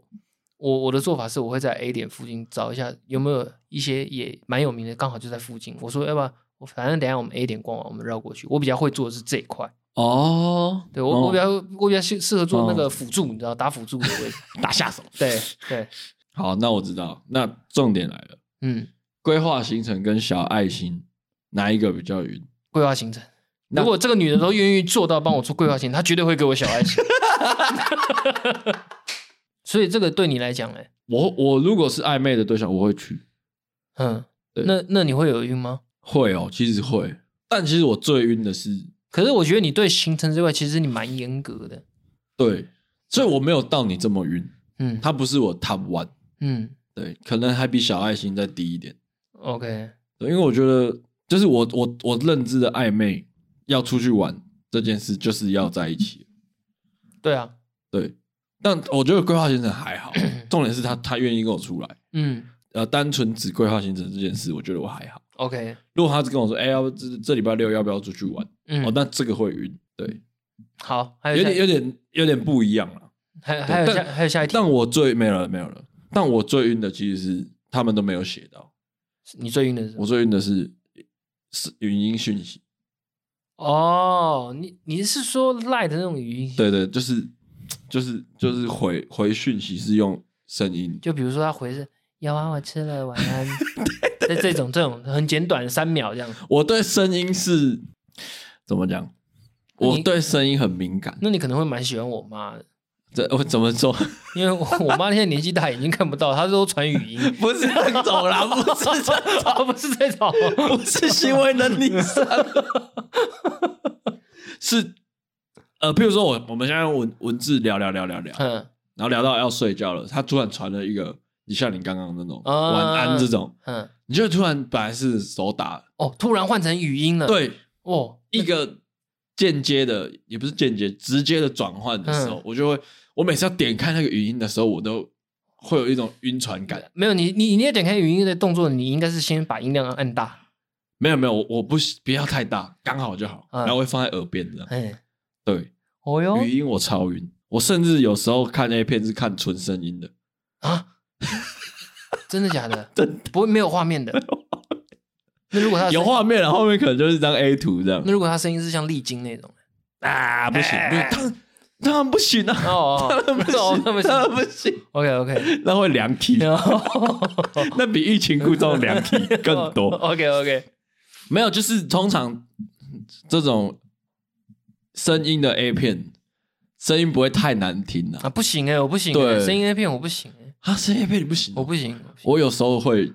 B: 我我的做法是，我会在 A 点附近找一下有没有一些也蛮有名的，刚好就在附近。我说，要不然我反正等一下我们 A 点逛完，我们绕过去。我比较会做的是这一块，
A: 哦，
B: 对我、我比
A: 哦
B: 较我比较适适合做那
A: 哦
B: 个辅助，你知道打辅助的 位置。
A: 打下手。
B: 对对，
A: 好，那我知道，那重点来了，
B: 嗯，
A: 规划行程跟小爱心哪一个比较晕？
B: 规划行程。
A: 那
B: 如果这个女的都愿意做到帮我做规划型，她绝对会给我小爱心。 所以这个对你来讲，哎，
A: 我我如果是暧昧的对象，我会去，
B: 嗯，
A: 对
B: 那那你会有晕吗？
A: 会哦，其实会，但其实我最晕的是
B: 可是我觉得你对行程这块，其实你蛮严格的。
A: 对，所以我没有到你这么晕，
B: 嗯，
A: 它不是我 top one，
B: 嗯
A: 对，可能还比小爱心再低一点，
B: ，OK，
A: 对因为我觉得就是我我我认知的暧昧要出去玩这件事就是要在一起，
B: 对啊，
A: 对，但我觉得规划行程还好，重点是他他愿意跟我出来，
B: 嗯
A: 呃，单纯只规划行程这件事，我觉得我还好。
B: ，OK，
A: 如果他只跟我说，哎、要不这这礼拜六要不要出去玩？
B: 嗯，
A: 哦，那这个会晕，对，
B: 好，还
A: 有
B: 有
A: 点
B: 下，
A: 有点有点不一样了。
B: 还还有
A: 对
B: 下，
A: 但
B: 还有下一题，
A: 但我最没有了没有了，但我最晕的其实是他们都没有写到，
B: 你最晕的是什么
A: 我最晕的是是语音讯息，
B: 哦，你你是说赖的那种语音？，
A: 对对，就是就是就是回回讯息是用声音，
B: 就比如说他回是“有啊，我吃了，晚 安”，这这种这种很简短，三秒这样。
A: 我对声音是怎么讲？
B: 那
A: 我
B: 你
A: 对声音很敏感，
B: 那你可能会蛮喜欢我妈的，
A: 这我怎么说？，
B: 因为我我妈现在年纪大，已经看不到，她都传语音
A: 不是这种啦，不是这
B: 啊，不是这种，
A: 不是行为能力上，是呃，譬如说我我们现在用文文字聊聊聊聊聊，
B: 嗯
A: 然后聊到要睡觉了，他突然传了一个，你像你刚刚那种、
B: 啊
A: 晚安这种，
B: 嗯，
A: 你就突然本来是手打，
B: 哦，突然换成语音了，，
A: 对，
B: 哦，
A: 一个间接的也不是间接，直接的转换的时候，
B: 嗯
A: 我就会，我每次要点开那个语音的时候，我都会有一种晕船感。
B: 没有你你你要点开语音的动作，你应该是先把音量按大，
A: 没有没有，我我不不要太大，刚好就好，
B: 嗯
A: 然后会放在耳边这样。
B: 哎，
A: 对，
B: 哦哟
A: 语音我超晕，我甚至有时候看 A 片是看纯声音的，
B: 啊， 真的假的？不会没有画面的。那如果他
A: 有，画面了，后面可能就是张 A 图这样
B: 那。如果他声音是像丽晶那 种，
A: 啊，不行，不行，当然当然不行啊，
B: 哦哦，
A: 当然 不
B: 哦
A: 行，哦
B: 那不
A: 当然
B: 行
A: 不行，
B: ，OK OK，
A: 那会量体，那比欲擒故纵量体 更 多。
B: ，OK OK，
A: 没有，就是通常这种声音的 A 片，声音不会太难听
B: 啊，
A: 啊。
B: 不行哎、我不行、
A: 对
B: 欸，声音那片我不行、欸，
A: 啊，声音 A 片你不行
B: 我
A: 啊，
B: 不行，我不行
A: 我有时候会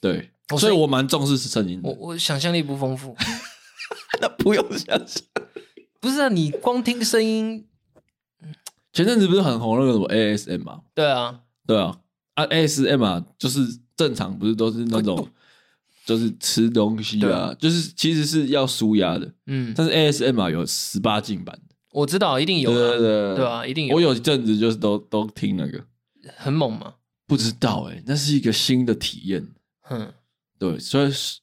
A: 对，
B: 我
A: 所以
B: 声音
A: 我蛮重视声音
B: 我
A: 的。
B: 我想象力不 丰富，
A: 那不用相信。
B: 不是啊，你光听声音，
A: 前阵子不是很红那个什么 ASM 嘛？
B: 对啊，
A: 对啊，啊 ASM 啊，就是正常不是都是那种，就是吃东西
B: 对
A: 啊，就是其实是要舒压的，
B: 嗯，
A: 但是 ASM 啊有十八禁版的，
B: 我知道一定有、啊，
A: 对对
B: 对啊一定有
A: 我有一阵子就是都都听那个，
B: 很猛嘛，
A: 不知道哎、那是一个新的体验，
B: 哼、
A: 对，所以是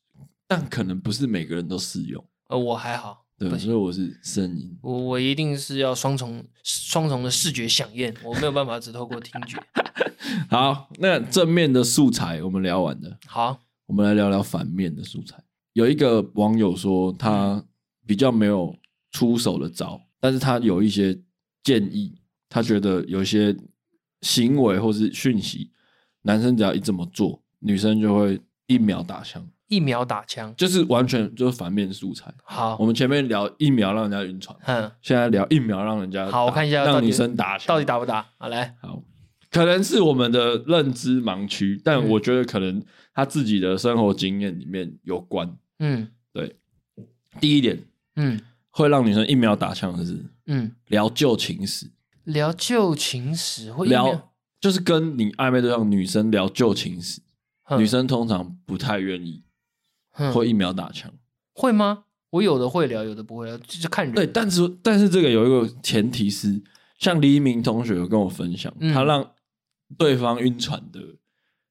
A: 但可能不是每个人都适用，
B: 呃，我还好，
A: 对，
B: 不行
A: 所以我是声音，
B: 我我一定是要双重双重的视觉响应，我没有办法只透过听觉。
A: 好，那正面的素材我们聊完了。
B: 好，
A: 我们来聊聊反面的素材。有一个网友说，他比较没有出手的招，但是他有一些建议，他觉得有一些行为或是讯息，男生只要一这么做，女生就会一秒打枪，
B: 一秒打枪。
A: 就是完全就是反面素材。
B: 好
A: 我，们前面聊一秒让人家晕船，
B: 嗯，
A: 现在聊一秒让人家
B: 好，我
A: 打
B: 看一下到
A: 让
B: 底
A: 女生打枪
B: 到底打不打？好，来，
A: 好，可能是我们的认知盲区，但
B: 嗯
A: 我觉得可能他自己的生活经验里面有关。
B: 嗯
A: 第一点，
B: 嗯
A: 会让女生一秒打枪的是
B: 嗯，
A: 聊旧情史，
B: 聊旧情史哦会一秒
A: 聊就是跟你暧昧对象女生聊旧情史，
B: 哼
A: 女生通常不太愿意，
B: 哼
A: 会一秒打枪。
B: 会吗？我有的会聊，有的不会聊，就是看人。
A: 对，但是但是这个有一个前提是，像黎明同学有跟我分享，
B: 嗯
A: 他让对方晕船的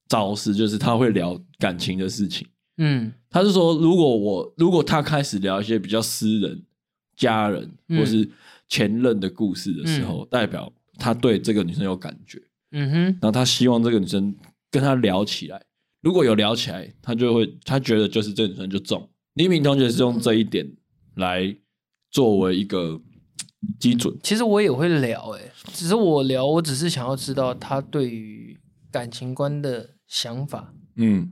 A: 招式就是他会聊感情的事情。
B: 嗯
A: 他是说，如果我如果他开始聊一些比较私人、家人
B: 嗯
A: 或是前任的故事的时候，代表他对这个女生有感觉，
B: 嗯哼，
A: 然后他希望这个女生跟他聊起来。如果有聊起来，他就会他觉得就是这个女生就中。李敏同学是用这一点来作为一个嘖基准，
B: 其实我也会聊、欸，只是我聊，我只是想要知道他对于感情观的想法，
A: 嗯，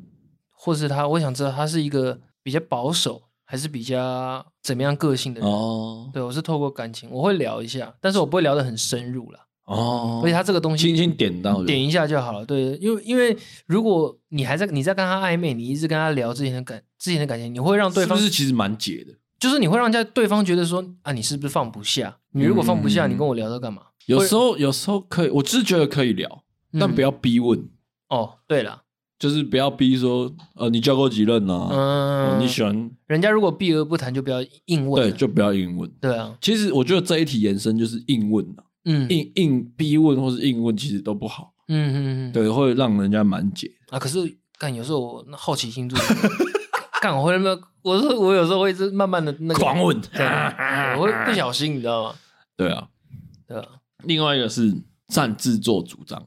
B: 或是他，我想知道他是一个比较保守，还是比较怎么样个性的人。
A: 哦
B: 对，我是透过感情，我会聊一下，但是我不会聊得很深入啦。
A: 哦
B: 而且，他这个东西，
A: 轻轻点到就
B: 点一下就好了。对，因为因为如果你还在你在跟他暧昧，你一直跟他聊之前的感之前的感情，你会让对
A: 是
B: 方
A: 不是其实蛮解的？
B: 就是你会让人家对方觉得说啊，你是不是放不下？你如果放不下，
A: 嗯
B: 你跟我聊这干嘛？
A: 有时候有时候可以，我只是觉得可以聊，但
B: 嗯
A: 不要逼问。
B: 哦，对了，
A: 就是不要逼说，呃，你交过几任啊？
B: 嗯，
A: 哦你喜欢
B: 人家如果避而不谈，就不要硬问
A: 对，
B: 了。
A: 就不要硬问。
B: 对啊，
A: 其实我觉得这一题延伸就是硬问啊，
B: 嗯嗯
A: 硬硬逼问或是硬问，其实都不好，
B: 嗯嗯，
A: 对，会让人家满解。
B: 啊。可是干有时候我那好奇心就是， 干我会那么，我说我有时候会是慢慢的那个
A: 狂问，
B: 对，我 会不小心，你知道吗？
A: 对啊。
B: 对啊，
A: 另外一个是擅自做主张，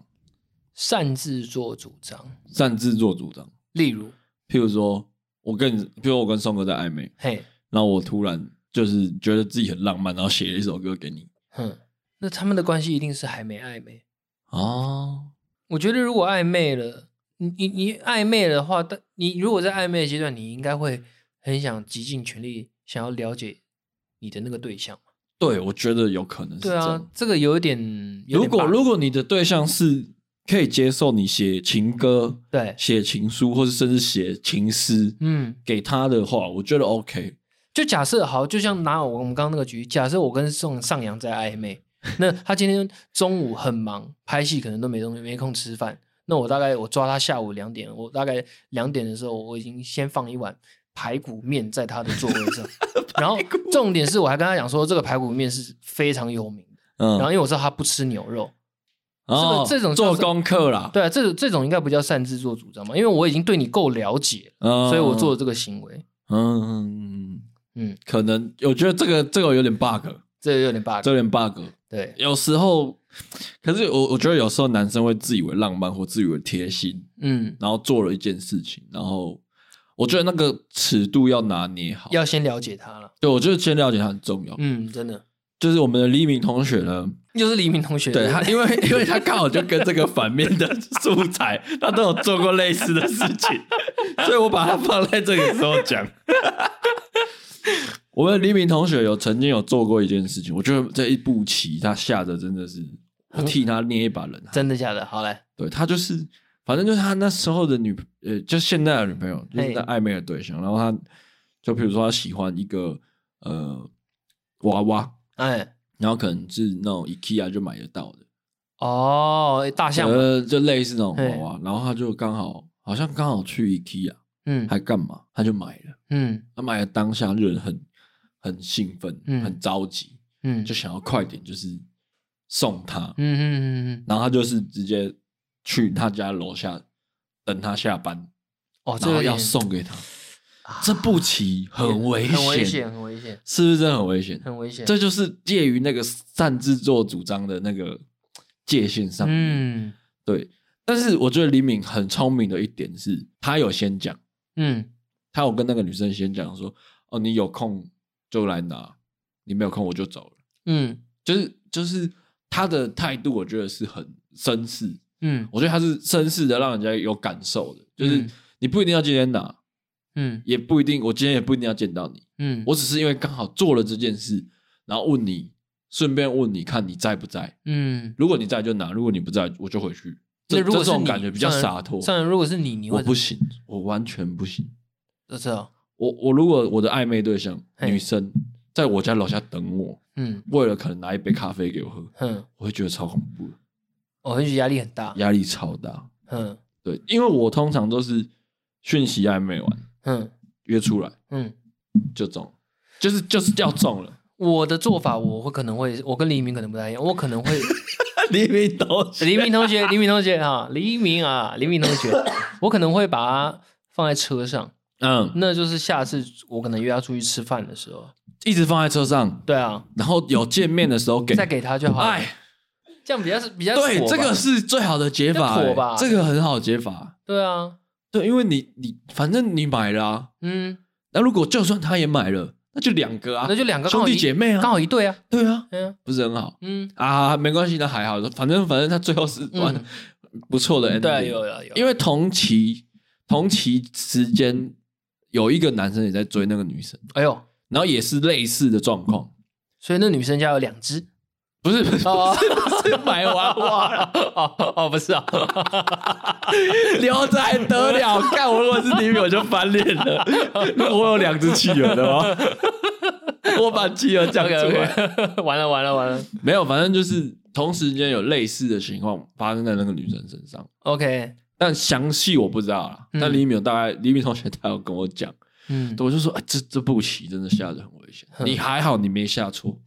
B: 擅自做主张，
A: 擅自做主张，
B: 例如，
A: 譬如说，我跟你，譬如我跟宋哥在暧昧，
B: 嘿，
A: 然后我突然就是觉得自己很浪漫，然后写了一首歌给你
B: 哼，那他们的关系一定是还没暧昧。
A: 哦，
B: 我觉得如果暧昧了，你你你暧昧的话，但你如果在暧昧的阶段，你应该会很想竭尽全力想要了解你的那个对象嘛。
A: 对，我觉得有可能是
B: 对
A: 这样
B: 啊。，这个有一点，有
A: 如
B: 点
A: 果
B: bug
A: 如果你的对象是可以接受你写情歌、
B: 对，
A: 写情书，或是甚至写情诗
B: 嗯，
A: 给他的话，我觉得 OK。
B: 就假设好，就像拿我我们刚刚那个局，假设我跟宋上阳在 暧昧，那他今天中午很忙，拍戏可能都没东西，没空吃饭。那我大概我抓他下午两点，我大概两点的时候，我已经先放一碗排骨面在他的座位 上，然后重点是我还跟他讲说，这个排骨面是非常有名的。
A: 嗯，
B: 然后因为我知道他不吃牛肉，
A: 哦
B: 这个这种叫
A: 做
B: 做
A: 功课啦，
B: 对啊，这这种应该不叫擅自做主张嘛，因为我已经对你够了解了，
A: 嗯
B: 所以我做了这个行为。
A: 嗯嗯，
B: 嗯，
A: 可能我觉得这个这个有点 bug，
B: 这有点 bug
A: 这。有点 bug。
B: 对，
A: 有时候，可是我我觉得有时候男生会自以为浪漫或自以为贴心，
B: 嗯，
A: 然后做了一件事情，然后我觉得那个尺度要拿捏好。嗯
B: 要先了解他了。
A: 对，我觉得先了解他很重要。
B: 嗯，真的，
A: 就是我们的黎明同学呢，
B: 就是黎明同学。
A: 对他，
B: 不
A: 因为因为他刚好就跟这个反面的素材，他都有做过类似的事情，所以我把它放在这个时候讲。 我们黎明同学有曾经有做过一件事情，我觉得这一步棋他下的真的是，我替他捏一把冷汗。
B: 真的假的？好嘞，
A: 对他就是，反正就是他那时候的女，呃，就现在的女朋友，就是
B: 嘿
A: 在暧昧的对象，然后他就比如说他喜欢一个呃娃娃，
B: 哎，
A: 然后可能是那种 IKEA 就买得到的。
B: 哦，大象嘛，
A: 呃，就类似那种娃娃，然后他就刚好好像刚好去 IKEA
B: 嗯
A: 还干嘛，他就买了。
B: 嗯
A: 他买了当下就很很兴奋，
B: 嗯
A: 很着急，
B: 嗯，
A: 就想要快点就是送他
B: 嗯。嗯嗯嗯，
A: 然后他就是直接去他家楼下等他下班，
B: 哦，这
A: 然后
B: 个啊
A: 要送给他。这步棋很危
B: 很危险，很危险，
A: 是不是真的很危险？
B: 很危险。
A: 这就是介于那个擅自做主张的那个界限上面。
B: 嗯
A: 对，但是我觉得李敏很聪明的一点是，他有先讲，
B: 嗯
A: 他有跟那个女生先讲说，哦，你有空就来拿，你没有空我就走了。
B: 嗯
A: 就是就是他的态度，我觉得是很绅士，
B: 嗯
A: 我觉得他是绅士的，让人家有感受的，就是
B: 嗯
A: 你不一定要今天打，
B: 嗯
A: 也不一定我今天也不一定要见到你，
B: 嗯，
A: 我只是因为刚好做了这件事，然后问你，顺便问你看你在不在，
B: 嗯，
A: 如果你在就拿，如果你不在我就回去。这
B: 那如果
A: 这
B: 是
A: 种
B: 你
A: 感觉比较
B: 上人
A: 洒脱，
B: 上人如果是你，你
A: 我
B: 会
A: 不行，我完全不行。
B: 不知道，
A: 我我如果我的暧昧对象
B: 嘿
A: 女生在我家楼下等我，
B: 嗯
A: 为了可能拿一杯咖啡给我喝，
B: 哼，
A: 我会觉得超恐怖的，
B: 我会觉得压力很大，
A: 压力超大。
B: 嗯
A: 对，因为我通常都是讯息暧昧完
B: 嗯
A: 约出来
B: 嗯，
A: 就中，就是就是掉中 了。
B: 我的做法我会可能会，我跟黎明可能不太一样，我可能会。
A: 黎明都
B: 黎明同学，黎明同学哈，黎明啊，黎明同 学，我可能会把它放在车上，
A: 嗯，
B: 那就是下次我可能约他出去吃饭的时候，
A: 一直放在车上，
B: 对啊，
A: 然后有见面的时候给。
B: 再给他就好了，
A: 哎，
B: 这样比较是比较妥
A: 对，
B: 吧
A: 这个是最好的解法、
B: 比较
A: 哎
B: 妥吧
A: 这个很好解法。
B: 对啊，
A: 对，因为你你反正你买了、啊，
B: 嗯，
A: 那如果就算他也买了，那就两个啊，
B: 那就两个刚
A: 兄
B: 好
A: 弟
B: 一
A: 姐妹啊，
B: 刚好一对啊，
A: 对啊，
B: 嗯
A: 不是很好
B: 嗯
A: 啊，没关系，那还好，反正反正他最后是玩、
B: 嗯，
A: 不错的 ending，
B: 对啊，有有有，
A: 因为同期同期时间有一个男生也在追那个女生，
B: 哎呦，
A: 然后也是类似的状 况，
B: 所以那女生家有两只
A: 不是不是、
B: 哦
A: 不是买娃娃啦，
B: 哦哦，不是啊，
A: 聊着还得 了？看我如果是你，我就翻脸了。我有两只企鹅的 吗？我把企鹅讲出来。
B: OK，完了 完了完了
A: 没有，反正就是同时间有类似的情况发生在那个女生身上，
B: ，OK，
A: 但详细我不知道啦。
B: 嗯
A: 但李敏有大概，李敏同学他有跟我讲，
B: 嗯，
A: 我就说，哎，这这步棋真的下的很危险。
B: 哼
A: 你还好，你没下错。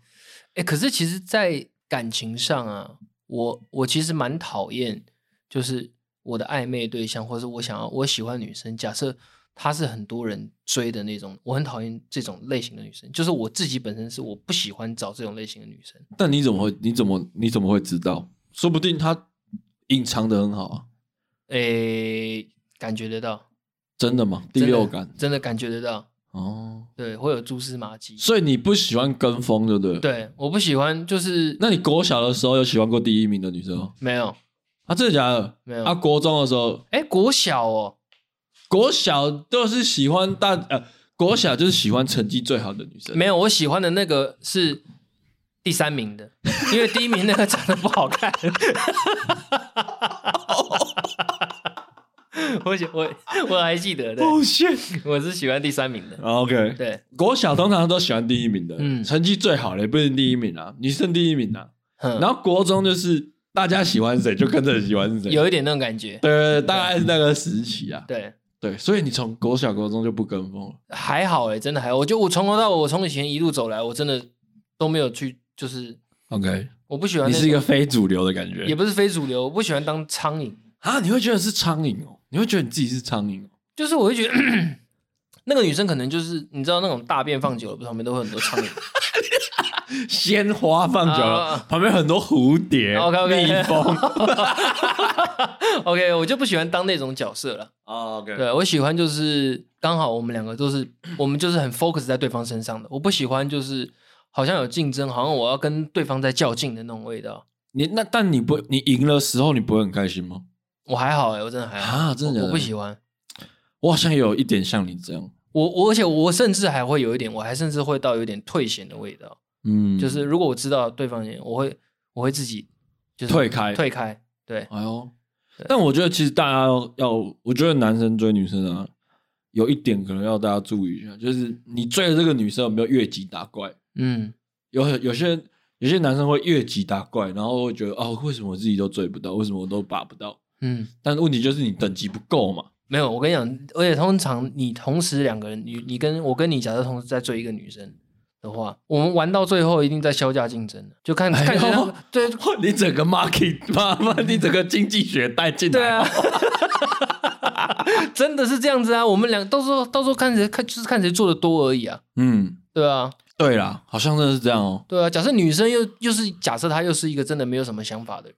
B: 哎、可是其实，在感情上啊，我我其实蛮讨厌，就是我的暧昧对象，或者我想要我喜欢女生，假设她是很多人追的那种，我很讨厌这种类型的女生。就是我自己本身是我不喜欢找这种类型的女生。
A: 但你怎么会？你怎么你怎么会知道？说不定他隐藏的很好啊！
B: 诶、感觉得到
A: 真的吗？第
B: 真的
A: 六感
B: 真的感觉得到，
A: 哦，
B: 对，会有蛛丝马迹。
A: 所以你不喜欢跟风，对不对？。
B: 对，我不喜欢，就是
A: 那你国小的时候有喜欢过第一名的女生吗？
B: 没有
A: 啊，真的假的？
B: 没有
A: 啊，国中的时候
B: 哎、国小哦，
A: 国小都是喜欢大呃，国小就是喜欢成绩最好的女生。
B: 没有，我喜欢的那个是第三名的，因为第一名那个长得不好看。我喜我我还记得的，
A: shit！OK，、
B: 我是喜欢第三名的。
A: 啊 OK
B: 对，
A: 国小通常都喜欢第一名的，
B: 嗯
A: 成绩最好的也不是第一名啊，女生第一名啊。
B: 然
A: 然后国中就是大家喜欢谁就跟着喜欢谁，
B: 有一点那种感觉。
A: 对对对，大概是那个时期啊。
B: 对，
A: 对，所以你从国小国中就不跟风了。
B: 还好哎、真的还好。我就我从头到尾，我从以前一路走来，我真的都没有去，就是
A: OK，
B: 我不喜欢
A: 你
B: 那
A: 是一
B: 种，
A: 个非主流的感觉
B: 也不是非主流，我不喜欢当苍蝇。
A: 啊？你会觉得是苍蝇哦？你会觉得你自己是苍蝇哦？
B: 就是我会觉得 那个女生可能就是你知道那种大便放久了，旁边都会有很多苍蝇。
A: 鲜花放久了，
B: 啊
A: 旁边很多蝴蝶、
B: OK，OK
A: 蜜蜂。
B: OK，我就不喜欢当那种角色了。
A: 哦 OK，
B: 对我喜欢就是刚好我们两个都是，我们就是很 focus 在对方身上的。我不喜欢就是好像有竞争，好像我要跟对方在较劲的那种味道。
A: 你那但你不你赢了时候你不会很开心吗？
B: 我还好哎、我真的还好
A: 啊真的假的
B: 我，我不喜欢。
A: 我好像也有一点像你这样，
B: 我我而且我甚至还会有一点，我还甚至会到有一点退险的味道。
A: 嗯，
B: 就是如果我知道对方也，我会我会自己就是
A: 退开
B: 退开。对，
A: 哎呦
B: 对，
A: 但我觉得其实大家要要，我觉得男生追女生啊，有一点可能要大家注意一下，就是你追的这个女生有没有越级打怪？
B: 嗯
A: 有有些有些男生会越级打怪，然后会觉得哦，为什么我自己都追不到，为什么我都把不到？
B: 嗯，
A: 但问题就是你等级不够嘛。
B: 没有。我跟你讲，而且通常你同时两个人，你你跟我跟你假设同时在追一个女生的话，我们玩到最后一定在削价竞争的，就看看
A: 哎呦
B: 谁那个对
A: 你整个 market 妈妈，你整个经济学带进来，
B: 对啊， 真的是这样子啊。我们两到时候到时候看谁看就是看谁做的多而已啊，
A: 嗯，
B: 对啊。
A: 对啦，好像真的是这样哦、
B: 对啊，假设女生又又是假设她又是一个真的没有什么想法的人，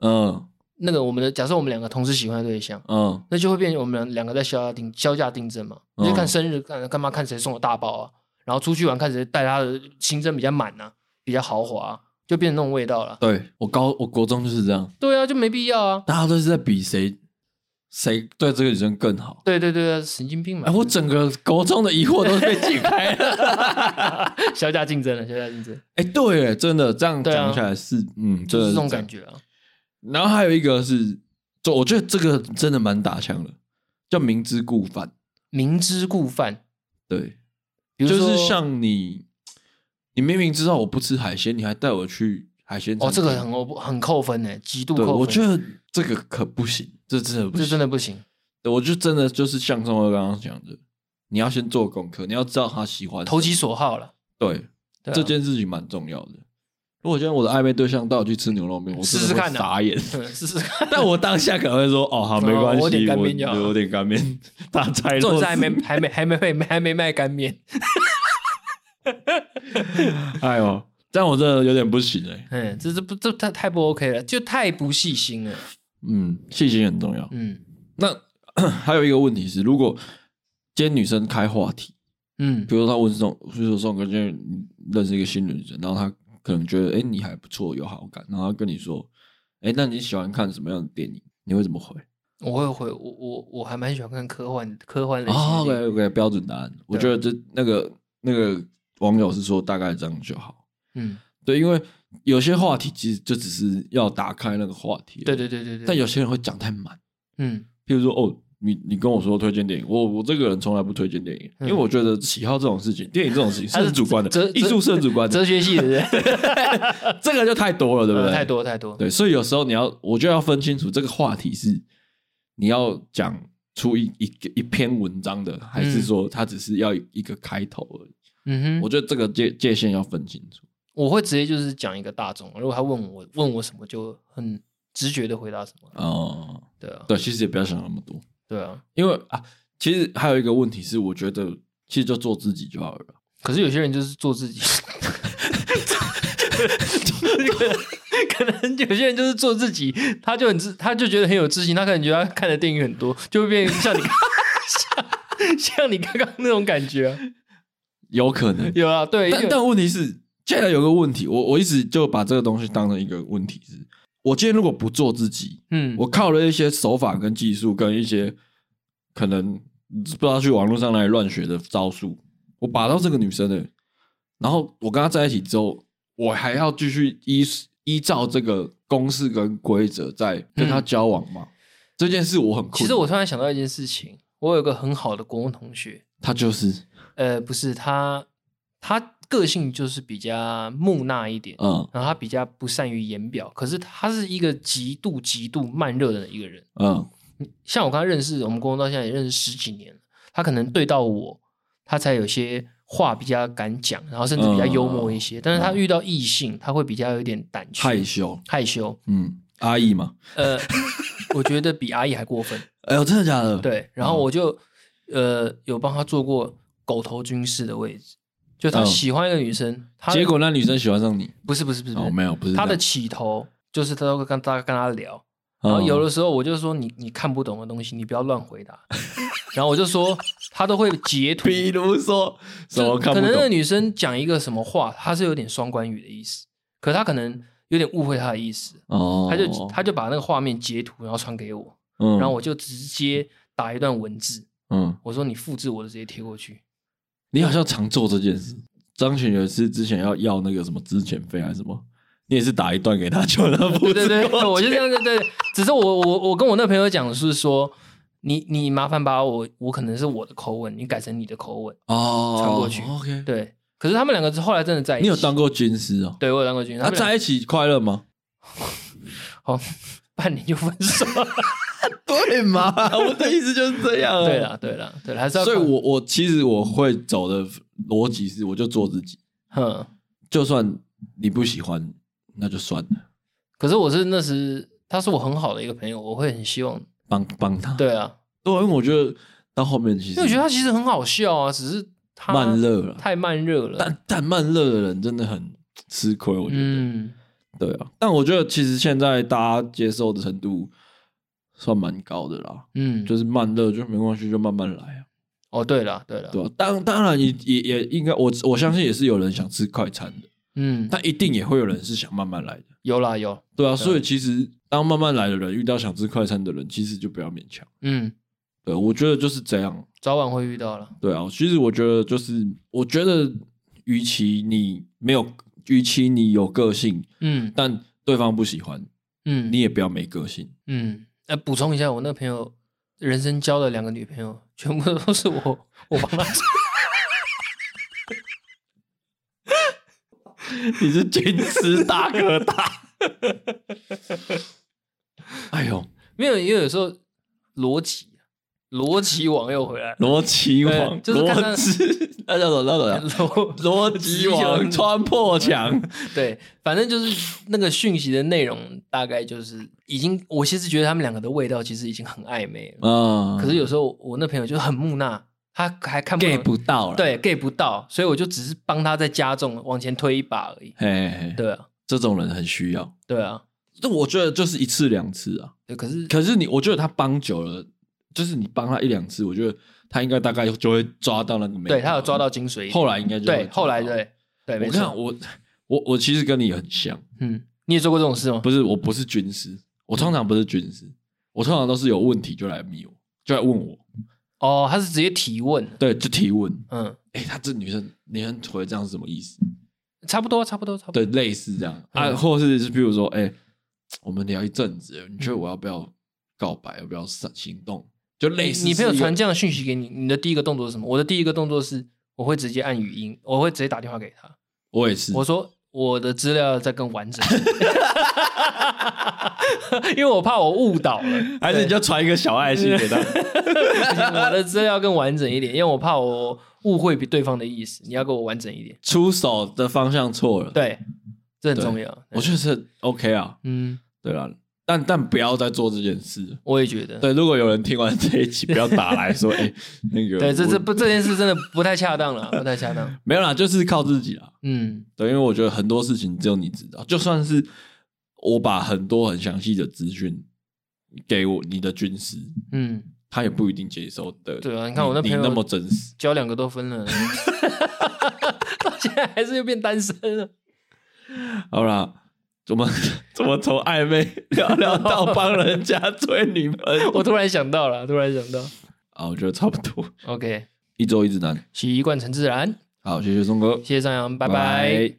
A: 嗯
B: 那个我们的假设我们两个同时喜欢的对象，
A: 嗯，
B: 那就会变成我们两个在削价定削价定争嘛。你就
A: 嗯
B: 看生日干干嘛看谁送的大包啊，然后出去玩看谁带他的行程比较满啊，比较豪华，就变成那种味道了。
A: 对我高我国中就是这样，
B: 对啊，就没必要啊。
A: 大家都是在比谁谁对这个女生更好。
B: 对对对啊，神经病嘛！
A: 哎，我 整个国中的疑惑都被解开了。
B: 小价竞争了，小价竞争，
A: 哎，对耶，真的这样
B: 对啊
A: 讲起来是，嗯，真
B: 就
A: 的
B: 是
A: 是
B: 这种
A: 样
B: 感。觉啊。
A: 然后还有一个是，就我觉得这个真的蛮打枪的，叫明知故犯。
B: 明知故犯，
A: 对，
B: 比如
A: 就
B: 说
A: 是像你，你明明知道我不吃海鲜，你还带我去海鲜餐
B: 哦，这个
A: 厅
B: 很欧很扣分呢，极度
A: 对，
B: 扣分。
A: 我觉得这个可不行，这真的不
B: 这
A: 行，
B: 真的不行。
A: 对，我就真的就是像宋哥刚刚讲的，你要先做功课，你要知道他喜欢什么
B: 投其所好了。
A: 对
B: 对啊
A: 这件事情蛮重要的。如果今天我的暧昧对象带我去吃牛肉面，我真的
B: 试试
A: 会
B: 看啊
A: 傻眼。
B: 嗯 试试看。
A: 但我当下可能会说：“哦，好，没
B: 哦
A: 关系，
B: 我
A: 我
B: 点干面就好
A: 对我点干面，大菜
B: 重
A: 肉丝
B: 点是还没还没还没还没还没卖干面，
A: 哎呦，但我真的有点不行哎、
B: 嗯，这这不这太太不 OK 了，就太不细心了。
A: 嗯，细心很重要。
B: 嗯
A: 那 还有一个问题是，如果今天女生开话题，
B: 嗯
A: 比如说她问宋，比如说宋哥今天认识一个新女生，然后她可能觉得哎、诶你还不错，有好感，然后她跟你说，哎、那你喜欢看什么样的电影？你会怎么回？
B: 我会回我我我还蛮喜欢看科幻科幻类型
A: 哦
B: 的电影。啊
A: ，OK OK，标准答案。我觉得这那个那个网友是说大概这样就好。
B: 嗯，
A: 对，因为有些话题其实就只是要打开那个话题。
B: 对。对对对对。
A: 但有些人会讲太满，
B: 嗯
A: 譬如说哦，你你跟我说推荐电影，我我这个人从来不推荐电影，因
B: 嗯
A: 为我觉得喜好这种事情，电影这种 事情是
B: 它是
A: 很主观
B: 哲
A: 的，艺术是很主观的
B: 哲，学系的 人
A: 这个就太多了，对不对？
B: 嗯太。多太多。
A: 对，所以有时候你要，我就要分清楚这个话题是你要讲出一一个一篇文章的，还是
B: 嗯
A: 说它只是要一个开头而已。
B: 嗯
A: 我
B: 哼，
A: 觉得这个界界限要分清楚。
B: 我会直接就是讲一个大众，如果他问我问我什么，就很直觉的回答什么。
A: 哦，
B: 对啊
A: 对，其实也不要想那么多，
B: 对啊。
A: 因为啊，其实还有一个问题是，我觉得其实就做自己就好了。
B: 可是有些人就是做自己， 可能有些人就是做自己，他就很自，他就觉得很有自信，他可能觉得他看的电影很多，就会变像你 像像你刚刚那种感觉啊、
A: 有可能，
B: 有啊，对，
A: 但
B: 有
A: 但问题是，现在有个问题，我我一直就把这个东西当成一个问题是，我今天如果不做自己，
B: 嗯，
A: 我靠了一些手法跟技术，跟一些可能不知道去网络上哪里乱学的招数，我把到这个女生的，然后我跟她在一起之后，我还要继续依依照这个公式跟规则在跟她交往吗？这件事我很困
B: 嗯其实我突然想到一件事情，我有个很好的国文同学，
A: 他就是
B: 呃，不是他，他个性就是比较木讷一点，
A: 嗯
B: 然后他比较不善于言表，可是他是一个极度极度慢热的一个人。
A: 嗯
B: 像我刚刚认识，我们沟通到现在也认识十几年了，他可能对到我，他才有些话比较敢讲，然后甚至比较幽默一些。但是他遇到异性，他会比较有点胆怯、
A: 害羞
B: 害羞。
A: 嗯阿姨嘛，
B: 呃，我觉得比阿姨还过分。
A: 哎呦真的假的？
B: 对，然后我就、呃有帮他做过狗头军师的位置，就他
A: 嗯
B: 喜欢一个女生，他
A: 结果那女生喜欢上你，
B: 不是不是不是不
A: 哦，
B: 是
A: 没有，不是
B: 他的
A: 这样，
B: 起头就是他都会跟他跟他聊，然后
A: 嗯
B: 有的时候我就说你你看不懂的东西，你不要乱回答。然后我就说他都会 截图，
A: 比如说什
B: 就
A: 么看
B: 可
A: 不
B: 能那个
A: 懂，
B: 女生讲一个什么话，她是有点双关语的意思，可她可能有点误会她的意思，
A: 哦，
B: 她就她就把那个画面截图，然后传给我，
A: 嗯，
B: 然后我就直接打一段文字，
A: 嗯，
B: 我说你复制我的直接贴过去。
A: 你好像常做这件事。张学友是之前要要那个什么之前费还是什么，你也是打一段给他，就让他不
B: 对对对，我就这样对对，对只是我我我跟我那朋友讲是说，你你麻烦把我我可能是我的口吻，你改成你的口吻，
A: 哦
B: 传过去
A: OK，
B: 对。可是他们两个后来真的在一起，
A: 你有当过军师哦？
B: 对我有当过军人，
A: 他
B: 们两
A: 在一起快乐 吗？
B: 好半年就分手 了。
A: 对 嘛？啊我的意思就是这样、啊。
B: 对了，对了，对啦，还是要
A: 所以
B: 看
A: 我我其实我会走的逻辑是，我就做自己，
B: 哼，
A: 就算你不喜欢，那就算了，
B: 可是我是那时他是我很好的一个朋友，我会很希望
A: 帮帮他。
B: 对啊，
A: 对，因为我觉得到后面其
B: 因
A: 实
B: 为我觉得他其实很好笑啊，只是他
A: 慢热了，
B: 太慢热了。
A: 但但慢热的人真的很吃亏，我觉得。
B: 嗯，
A: 对啊，但我觉得其实现在大家接受的程度算蛮高的啦，
B: 嗯，
A: 就是慢热就没关系，就慢慢来啊，
B: 哦，对了，对了，
A: 对啊，当当然也也也应该，我我相信也是有人想吃快餐的，
B: 嗯，
A: 但一定也会有人是想慢慢来的，
B: 有啦有，
A: 对啊。所以其实当慢慢来的人遇到想吃快餐的人，其实就不要勉强。
B: 嗯，
A: 对，我觉得就是这样。
B: 早晚会遇到了。
A: 对啊，其实我觉得就是，我觉得与其你没有，与其你有个性，
B: 嗯
A: 但对方不喜欢，
B: 嗯，
A: 你也不要没个性。
B: 嗯，呃，补充一下，我那个朋友人生交了两个女朋友，全部都是我 我帮他找。
A: 你是军师大哥大。哎呦，
B: 没有，因为有时候逻辑，逻辑网又回来了，
A: 罗辑
B: 对
A: 王，
B: 就是看
A: 罗
B: 他
A: 辑，那叫什么？那叫什么？
B: 逻
A: 罗辑王 穿破墙，
B: 对，反正就是那个讯息的内容，大概就是已经，我其实觉得他们两个的味道其实已经很暧昧了。
A: 啊，
B: 可是有时候我那朋友就很木讷，他还看不
A: get
B: 懂
A: 不到了。，
B: 对 get 不到，所以我就只是帮他再加重往前推一把而已。
A: 嘿嘿，嘿
B: 对啊，
A: 这种人很需要。
B: 对啊，
A: 这我觉得就是一次两次啊。
B: 对，可是
A: 可是你，我觉得他帮久了，就是你帮他一两次，我觉得他应该大概就会抓到那个美。
B: 对他有抓到，精髓一点，
A: 啊后来应该就会
B: 对，
A: 抓
B: 后来
A: 到。
B: 对对，没
A: 我
B: 错
A: 看，我我我其实跟你很像，
B: 嗯，你也做过这种事吗？
A: 不是，我不是军师，我通常不是军师，我通常都是有问题就来密我，就来问我，
B: 哦，他是直接提问，
A: 对，就提问。
B: 嗯，
A: 哎、她这女生你很腿这样是什么意思？
B: 差不多，差不多，差不多，
A: 对，类似这样啊，
B: 嗯
A: 或是是比如说，哎、我们聊一阵子，你觉得我要不要告白？要不要上行动？就类似
B: 你朋友
A: 是一个
B: 传这样的讯息给你，你的第一个动作是什么？我的第一个动作是，我会直接按语音，我会直接打电话给他，
A: 我也是，
B: 我说我的资料再更完整， 因为我怕我误导了，
A: 还是你就传一个小爱心给他。
B: 我的资料更完整一点，因为我怕我误会对方的意思，你要给我完整一点，
A: 出手的方向错了，，
B: 对，这很
A: 对
B: 重要，
A: 我觉得是 OK 啊，
B: 嗯，
A: 对啦，但但不要再做这件事。
B: 我也觉得，
A: 对，如果有人听完这一集，不要打来 说，哎、那个
B: 对，这这
A: 我
B: 不这件事真的不太恰当了，不太恰当。
A: 没有啦，就是靠自己啦。
B: 嗯
A: 对，因为我觉得很多事情只有你知道，就算是我把很多很详细的资讯给我你的军师，
B: 嗯，
A: 他也不一定接收的。
B: 对啊你看我那
A: 你
B: 朋友
A: 那么真实，
B: 交两个都分 了，到现在还是又变单身了。
A: 好啦。怎么 怎么从暧昧 聊聊到帮人家追女朋友
B: 我突然想到了，突然想到
A: 啊？我觉得差不多，
B: ，OK，
A: 一周一直难。
B: 习惯成自然，
A: 好，谢谢松哥，
B: 谢谢张扬，拜拜